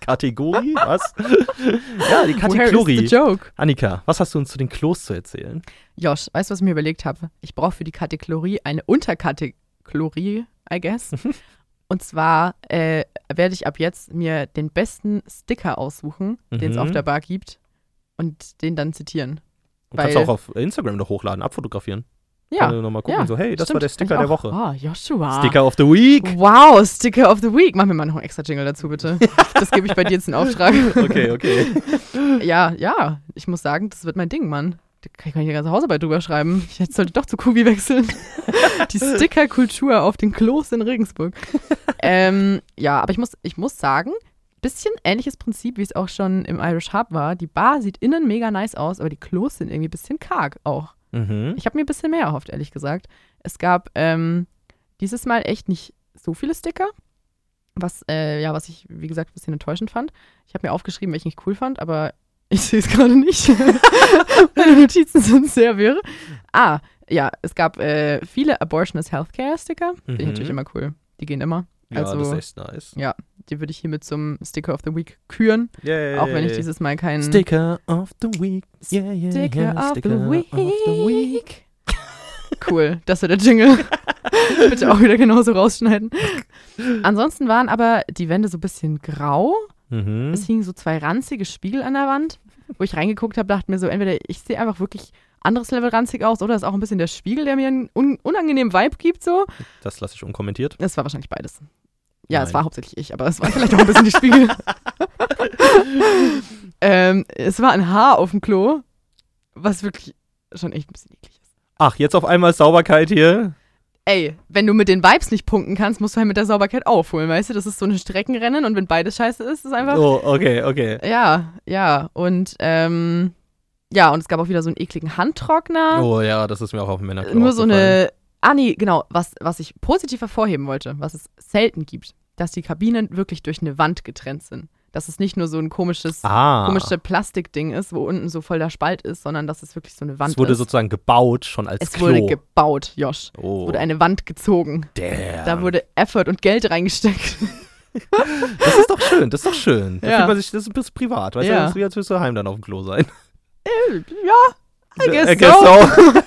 Kategorie? Was? ja, die Where is the Kategorie. joke? Annika, was hast du uns zu den Klos zu erzählen? Josh, weißt du, was ich mir überlegt habe? Ich brauche für die Kategorie eine Unterkategorie, I guess. Und zwar äh, werde ich ab jetzt mir den besten Sticker aussuchen, den es Mhm. auf der Bar gibt, und den dann zitieren. Du kannst auch auf Instagram noch hochladen, abfotografieren. ja, Können wir noch mal gucken, ja, so, hey, das war stimmt, der Sticker kann ich der auch. Woche. Ah, Joshua. Sticker of the Week. Wow, Sticker of the Week. Mach mir mal noch einen extra Jingle dazu, bitte. Das gebe ich bei dir jetzt in Auftrag. Okay, okay. Ja, ja, ich muss sagen, das wird mein Ding, Mann. Da kann ich gar nicht die ganze Hausarbeit drüber schreiben. Ich hätte- sollte doch zu Kubi wechseln. die Stickerkultur auf den Klos in Regensburg. ähm, ja, aber ich muss, ich muss sagen, bisschen ähnliches Prinzip, wie es auch schon im Irish Hub war. Die Bar sieht innen mega nice aus, aber die Klos sind irgendwie ein bisschen karg auch. Mhm. Ich habe mir ein bisschen mehr erhofft, ehrlich gesagt. Es gab ähm, dieses Mal echt nicht so viele Sticker, was, äh, ja, was ich, wie gesagt, ein bisschen enttäuschend fand. Ich habe mir aufgeschrieben, welchen ich cool fand, aber ich sehe es gerade nicht. Meine Notizen sind sehr wirr. Ah, ja, es gab äh, viele Abortionist Healthcare-Sticker. Finde ich Mhm. natürlich immer cool. Die gehen immer. Ja, also, das ist echt nice. ja, die würde ich hiermit zum Sticker of the Week küren. Yay. Auch wenn ich dieses Mal keinen Sticker of the Week. Yeah, yeah, Sticker, yeah. of, the week. Cool, das wird der Jingle. Bitte auch wieder genauso rausschneiden. Ansonsten waren aber die Wände so ein bisschen grau. Mhm. Es hingen so zwei ranzige Spiegel an der Wand, wo ich reingeguckt habe, dachte mir so, entweder ich sehe einfach wirklich anderes Level ranzig aus oder ist auch ein bisschen der Spiegel, der mir einen un unangenehmen Vibe gibt so. Das lasse ich unkommentiert. Es war wahrscheinlich beides. Ja, es Nein. war hauptsächlich ich, aber es war vielleicht auch ein bisschen die Spiegel. ähm, es war ein Haar auf dem Klo, was wirklich schon echt ein bisschen eklig ist. Ach, jetzt auf einmal Sauberkeit hier. Ey, wenn du mit den Vibes nicht punkten kannst, musst du halt mit der Sauberkeit aufholen, weißt du? Das ist so ein Streckenrennen und wenn beides scheiße ist, ist es einfach. Oh, okay, okay. Ja, ja. Und ähm, ja, und es gab auch wieder so einen ekligen Handtrockner. Oh ja, das ist mir auch auf dem Männerklo nur so aufgefallen. eine. Ah, nee, genau. Was, was ich positiv hervorheben wollte, was es selten gibt, dass die Kabinen wirklich durch eine Wand getrennt sind. Dass es nicht nur so ein komisches, Ah. komisches Plastikding ist, wo unten so voll der Spalt ist, sondern dass es wirklich so eine Wand Es wurde ist. sozusagen gebaut, schon als es Klo. wurde gebaut, Josh. Oh. Es wurde eine Wand gezogen. Damn. Da wurde Effort und Geld reingesteckt. das ist doch schön, das ist doch schön. Da Ja. fühlt man sich, das ist ein bisschen privat. Weißt Ja. du, das ist wie als würdest du daheim dann auf dem Klo sein. ja, I guess, I guess so. so.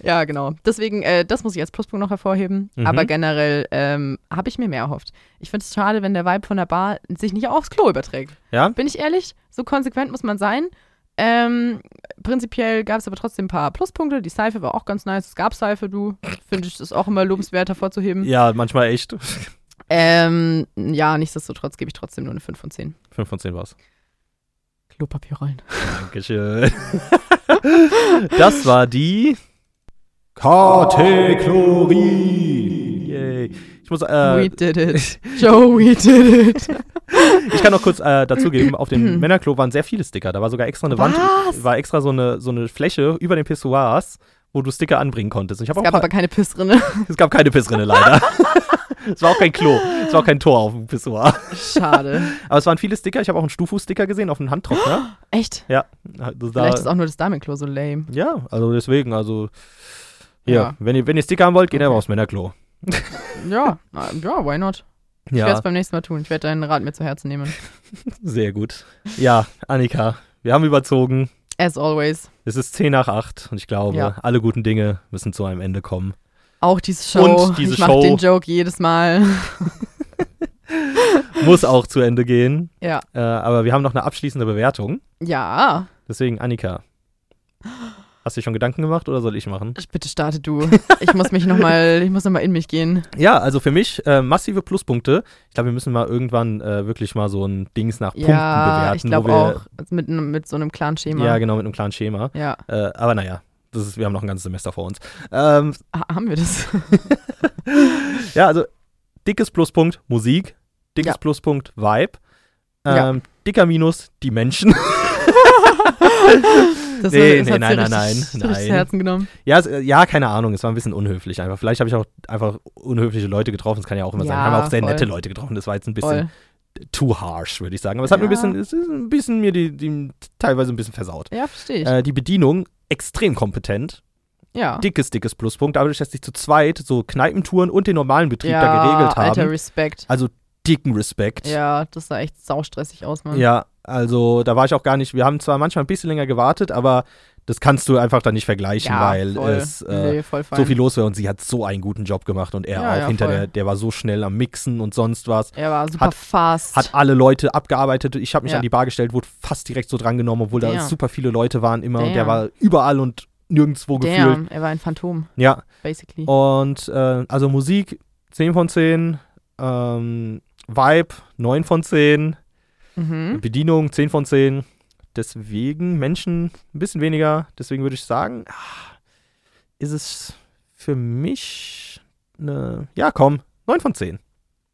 Ja, genau. Deswegen, äh, das muss ich als Pluspunkt noch hervorheben. Mhm. Aber generell ähm, habe ich mir mehr erhofft. Ich finde es schade, wenn der Vibe von der Bar sich nicht aufs Klo überträgt. Ja? Bin ich ehrlich? So konsequent muss man sein. Ähm, prinzipiell gab es aber trotzdem ein paar Pluspunkte. Die Seife war auch ganz nice. Es gab Seife, du. Finde ich, ist auch immer lobenswert hervorzuheben. Ja, manchmal echt. Ähm, ja, nichtsdestotrotz gebe ich trotzdem nur eine 5 von 10. 5 von 10 war's. Klopapierrollen. Dankeschön. das war die Kategorie. Yay. Ich muss, äh, We did it. Joe, we did it. ich kann noch kurz äh, dazugeben, auf dem Männerklo waren sehr viele Sticker. Da war sogar extra eine Was? Wand, war extra so eine, so eine Fläche über den Pissoirs, wo du Sticker anbringen konntest. Und Ich hab Es auch gab ein aber paar, keine Pissrinne. es gab keine Pissrinne leider. es war auch kein Klo, es war auch kein Tor auf dem Pissoir. Schade. Aber es waren viele Sticker. Ich habe auch einen Stufu-Sticker gesehen auf einem Handtrockner. Echt? Ja. Also da- Vielleicht ist auch nur das Damenklo so lame. Ja, also deswegen, also hier, Ja. wenn, ihr, wenn ihr Sticker haben wollt, geht einfach aufs Männerklo. Ja, na, ja, why not? Ich Ja. werde es beim nächsten Mal tun. Ich werde deinen Rat mir zu Herzen nehmen. Sehr gut. Ja, Annika, wir haben überzogen. As always. Es ist 10 nach 8 und ich glaube, Ja. alle guten Dinge müssen zu einem Ende kommen. Auch diese Show. Und diese ich mache Show. den Joke jedes Mal. Muss auch zu Ende gehen. Ja. Äh, aber wir haben noch eine abschließende Bewertung. Ja. Deswegen, Annika, hast du dir schon Gedanken gemacht oder soll ich machen? Bitte starte du. Ich muss mich nochmal, ich muss nochmal in mich gehen. Ja, also für mich äh, massive Pluspunkte. Ich glaube, wir müssen mal irgendwann äh, wirklich mal so ein Dings nach Punkten ja, bewerten. ich glaube wo wir, auch. also Mit, n- mit so einem klaren Schema. Ja, genau, mit einem klaren Schema. Ja. Äh, aber naja, das ist, wir haben noch ein ganzes Semester vor uns. Ähm, Ha- Haben wir das? ja, also dickes Pluspunkt Musik, dickes Ja. Pluspunkt Vibe, ähm, Ja. dicker Minus die Menschen. Das nee, das nee, hat nein, sie nein, nein, richtig- richtig zu nein. Herzen genommen. Ja, es, äh, ja, keine Ahnung, es war ein bisschen unhöflich einfach. Vielleicht habe ich auch einfach unhöfliche Leute getroffen, das kann ja auch immer sein. Ja, Haben auch sehr voll. nette Leute getroffen, das war jetzt ein bisschen too harsh, würde ich sagen. Aber es hat mir Ja. ein bisschen, es ist ein bisschen mir die, die teilweise ein bisschen versaut. Ja, verstehe ich. Äh, die Bedienung extrem kompetent. ja. dickes, dickes Pluspunkt. Dadurch, dass ich zu zweit so Kneipentouren und den normalen Betrieb ja, da geregelt haben. Alter, Respekt. Also dicken Respekt. Ja, das sah echt saustressig aus, Mann. Ja, also da war ich auch gar nicht. Wir haben zwar manchmal ein bisschen länger gewartet, aber das kannst du einfach dann nicht vergleichen, Ja, weil voll. es äh, Nee, voll fein. so viel los war und sie hat so einen guten Job gemacht und er Ja, auch ja, hinter voll. der, der war so schnell am Mixen und sonst was. Er war super Hat- fast. Hat alle Leute abgearbeitet. Ich habe mich Ja. an die Bar gestellt, wurde fast direkt so drangenommen, obwohl da Damn. super viele Leute waren immer und der Damn. war überall und nirgendwo gefühlt. Damn, er war ein Phantom, Ja, basically. Und äh, also Musik 10 von 10, ähm, Vibe 9 von 10, Mhm. Bedienung 10 von 10. Deswegen Menschen ein bisschen weniger. Deswegen würde ich sagen, ah, ist es für mich eine. Ja, komm, 9 von 10.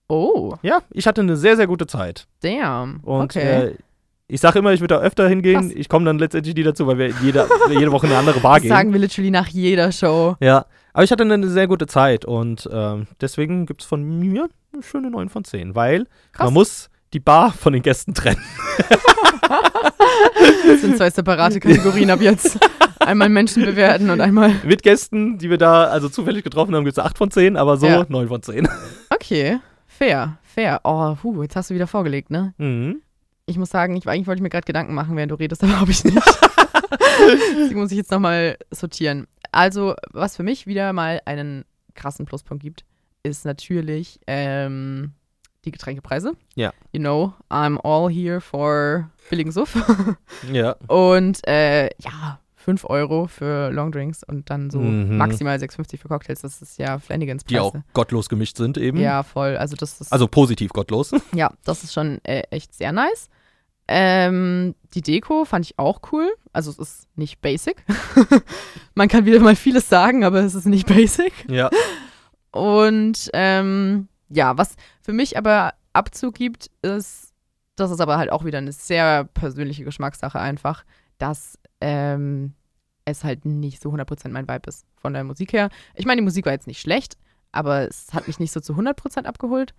Oh, Ja, ich hatte eine sehr, sehr gute Zeit. damn. Und okay. äh, ich sage immer, ich würde da öfter hingehen. Krass. Ich komme dann letztendlich nie dazu, weil wir jede, jede Woche in eine andere Bar das gehen. sagen wir literally nach jeder Show. Ja, aber ich hatte eine sehr gute Zeit und ähm, deswegen gibt es von mir eine schöne 9 von 10, weil Krass. man muss die Bar von den Gästen trennen. Das sind zwei separate Kategorien ab jetzt. Einmal Menschen bewerten und einmal. Mit Gästen, die wir da also zufällig getroffen haben, gibt es 8 von 10, aber so Ja. 9 von 10. Okay, fair, fair. Oh, puh, jetzt hast du wieder vorgelegt, ne? Mhm. Ich muss sagen, ich, eigentlich wollte ich mir gerade Gedanken machen, während du redest, aber habe ich nicht. Deswegen muss ich jetzt nochmal sortieren. Also, was für mich wieder mal einen krassen Pluspunkt gibt, ist natürlich ähm, die Getränkepreise. Ja. You know, I'm all here for billigen Suff. Ja. Und äh, ja, 5 Euro für Longdrinks und dann so Mhm. maximal 6,50 für Cocktails. Das ist ja Flanagans Die auch Preise. gottlos gemischt sind eben. Ja, voll. Also, das ist Also positiv gottlos. ja, das ist schon äh, echt sehr nice. Ähm, die Deko fand ich auch cool. Also es ist nicht basic. Man kann wieder mal vieles sagen, aber es ist nicht basic. Ja. Und ähm, ja, was für mich aber Abzug gibt, ist, das ist aber halt auch wieder eine sehr persönliche Geschmackssache einfach, dass ähm, es halt nicht so 100% mein Vibe ist von der Musik her. Ich meine, die Musik war jetzt nicht schlecht, aber es hat mich nicht so zu 100% abgeholt.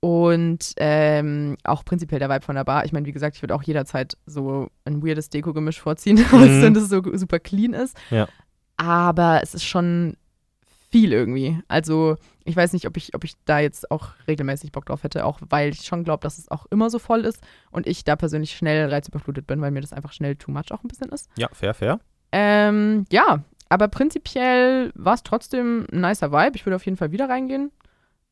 Und ähm, auch prinzipiell der Vibe von der Bar. Ich meine, wie gesagt, ich würde auch jederzeit so ein weirdes Deko-Gemisch vorziehen, als wenn das so super clean ist. Ja. Aber es ist schon viel irgendwie. Also ich weiß nicht, ob ich, ob ich da jetzt auch regelmäßig Bock drauf hätte, auch weil ich schon glaube, dass es auch immer so voll ist und ich da persönlich schnell reizüberflutet bin, weil mir das einfach schnell too much auch ein bisschen ist. Ja, fair, fair. Ähm, ja, aber prinzipiell war es trotzdem ein nicer Vibe. Ich würde auf jeden Fall wieder reingehen.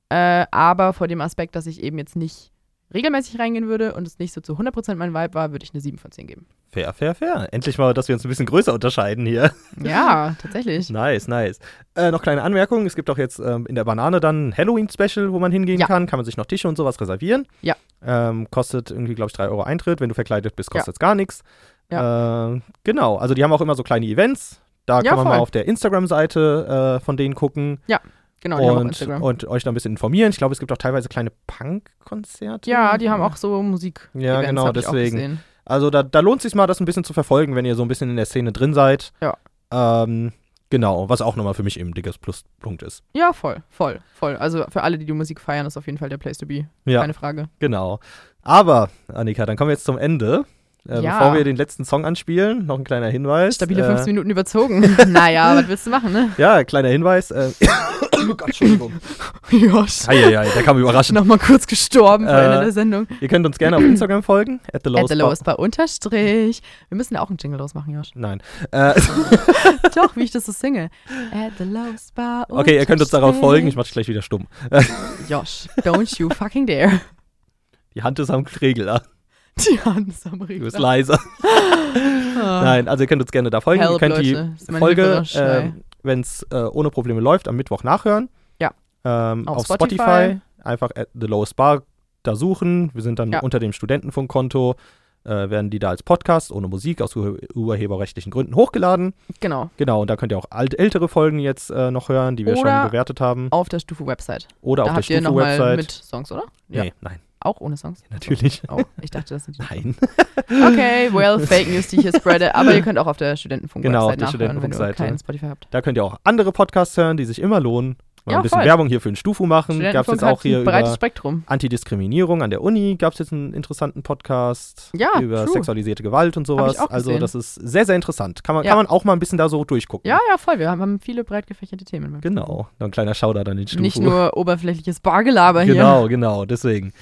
Äh, aber vor dem Aspekt, dass ich eben jetzt nicht regelmäßig reingehen würde und es nicht so zu 100% mein Vibe war, würde ich eine 7 von 10 geben. Fair, fair, fair. Endlich mal, dass wir uns ein bisschen größer unterscheiden hier. Ja, tatsächlich. Nice, nice. Äh, noch kleine Anmerkung: Es gibt auch jetzt ähm, in der Banane dann ein Halloween-Special, wo man hingehen Ja. kann. Kann man sich noch Tische und sowas reservieren. Ja. Ähm, kostet irgendwie, glaube ich, 3 Euro Eintritt. Wenn du verkleidet bist, kostet es gar nichts. Ja. Äh, genau. Also, die haben auch immer so kleine Events. Da Ja, kann man voll. mal auf der Instagram-Seite äh, von denen gucken. Ja, genau, die haben auch Und, Instagram. und euch da ein bisschen informieren. Ich glaube, es gibt auch teilweise kleine Punk-Konzerte. Ja, die haben auch so Musik. Ja, Events, genau, hab ich auch deswegen. gesehen. Also da, da lohnt sich mal, das ein bisschen zu verfolgen, wenn ihr so ein bisschen in der Szene drin seid. Ja. Ähm, genau, was auch nochmal für mich eben dickes Pluspunkt ist. Ja, voll, voll, voll. Also für alle, die die Musik feiern, ist auf jeden Fall der Place to be. Ja. Keine Frage. Genau. Aber, Annika, dann kommen wir jetzt zum Ende. Äh, Ja. Bevor wir den letzten Song anspielen, noch ein kleiner Hinweis. Stabile 15 äh, Minuten überzogen. naja, was willst du machen, ne? Ja, kleiner Hinweis. Äh, oh Gott, Entschuldigung. Josh. Eieiei, der kam überraschend. Nochmal kurz gestorben vor Äh, Ende der Sendung. Ihr könnt uns gerne auf Instagram folgen. At the Genau. At the lowest lowest bar unterstrich. Wir müssen ja auch einen Jingle losmachen, Josh. Nein. Äh, Doch, wie ich das so singe. At the lowest bar okay, ihr könnt uns darauf folgen. Ich mach's gleich wieder stumm. Äh, Josh, don't you fucking dare. Die Hand ist am Regler. Die Hand ist am Du Regler. bist leiser. Nein, also ihr könnt uns gerne da folgen. ihr Ah. Help, könnt Leute. Ist die mein Folge, Hilferuschrei. ähm, wenn es äh, ohne Probleme läuft, am Mittwoch nachhören. Ja. Ähm, Auf auf, Spotify. Spotify. Einfach at the lowest bar da suchen. Wir sind dann Ja. unter dem Studentenfunkkonto. Äh, werden die da als Podcast ohne Musik aus ur- urheberrechtlichen Gründen hochgeladen. Genau. Genau, und da könnt ihr auch alt, ältere Folgen jetzt äh, noch hören, die wir Oder schon bewertet haben. Auf der Stufu-Website. Oder da auf der habt ihr noch mal Stufu-Website. mit Songs, oder? Nee, nein. Auch ohne Songs? Natürlich. Oh, ich dachte, das sind die. Nein. Okay, well, Fake News, die ich hier spreade. Aber ihr könnt auch auf der Studentenfunk-Website Genau, auf der nachhören, wenn ihr Studentenfunkseite. keinen Spotify habt. Da könnt ihr auch andere Podcasts hören, die sich immer lohnen. Mal Ja, ein bisschen voll. Werbung hier für den Stufu machen. Gab es Studentenfunk jetzt auch hat hier ein breites über Spektrum. Antidiskriminierung an der Uni. Gab es jetzt einen interessanten Podcast Ja, über true. sexualisierte Gewalt und sowas. auch also gesehen. das ist sehr, sehr interessant. Kann man, Ja. kann man auch mal ein bisschen da so durchgucken. Ja, ja, voll. Wir haben- haben viele breit gefächerte Themen. mit. Genau. Noch ein kleiner Shoutout an den Stufu. Nicht nur oberflächliches Bargelaber hier. Genau, genau. Deswegen.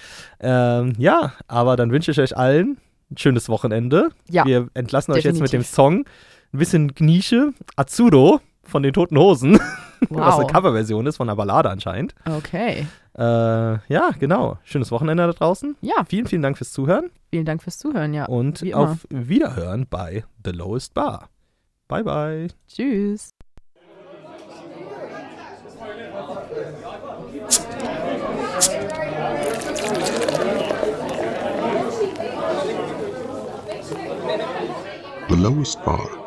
Ähm, ja, aber dann wünsche ich euch allen ein schönes Wochenende. Ja, Wir entlassen euch jetzt mit dem definitiv. Song. Ein bisschen Gnische. Azudo von den Toten Hosen. Was eine Wow. Coverversion ist von einer Ballade anscheinend. Okay. Äh, ja, genau. Schönes Wochenende da draußen. Ja. Vielen, vielen Dank fürs Zuhören Vielen Dank fürs Zuhören, ja. und Wie immer. auf Wiederhören bei The Lowest Bar. Bye, bye. Tschüss. The lowest bar.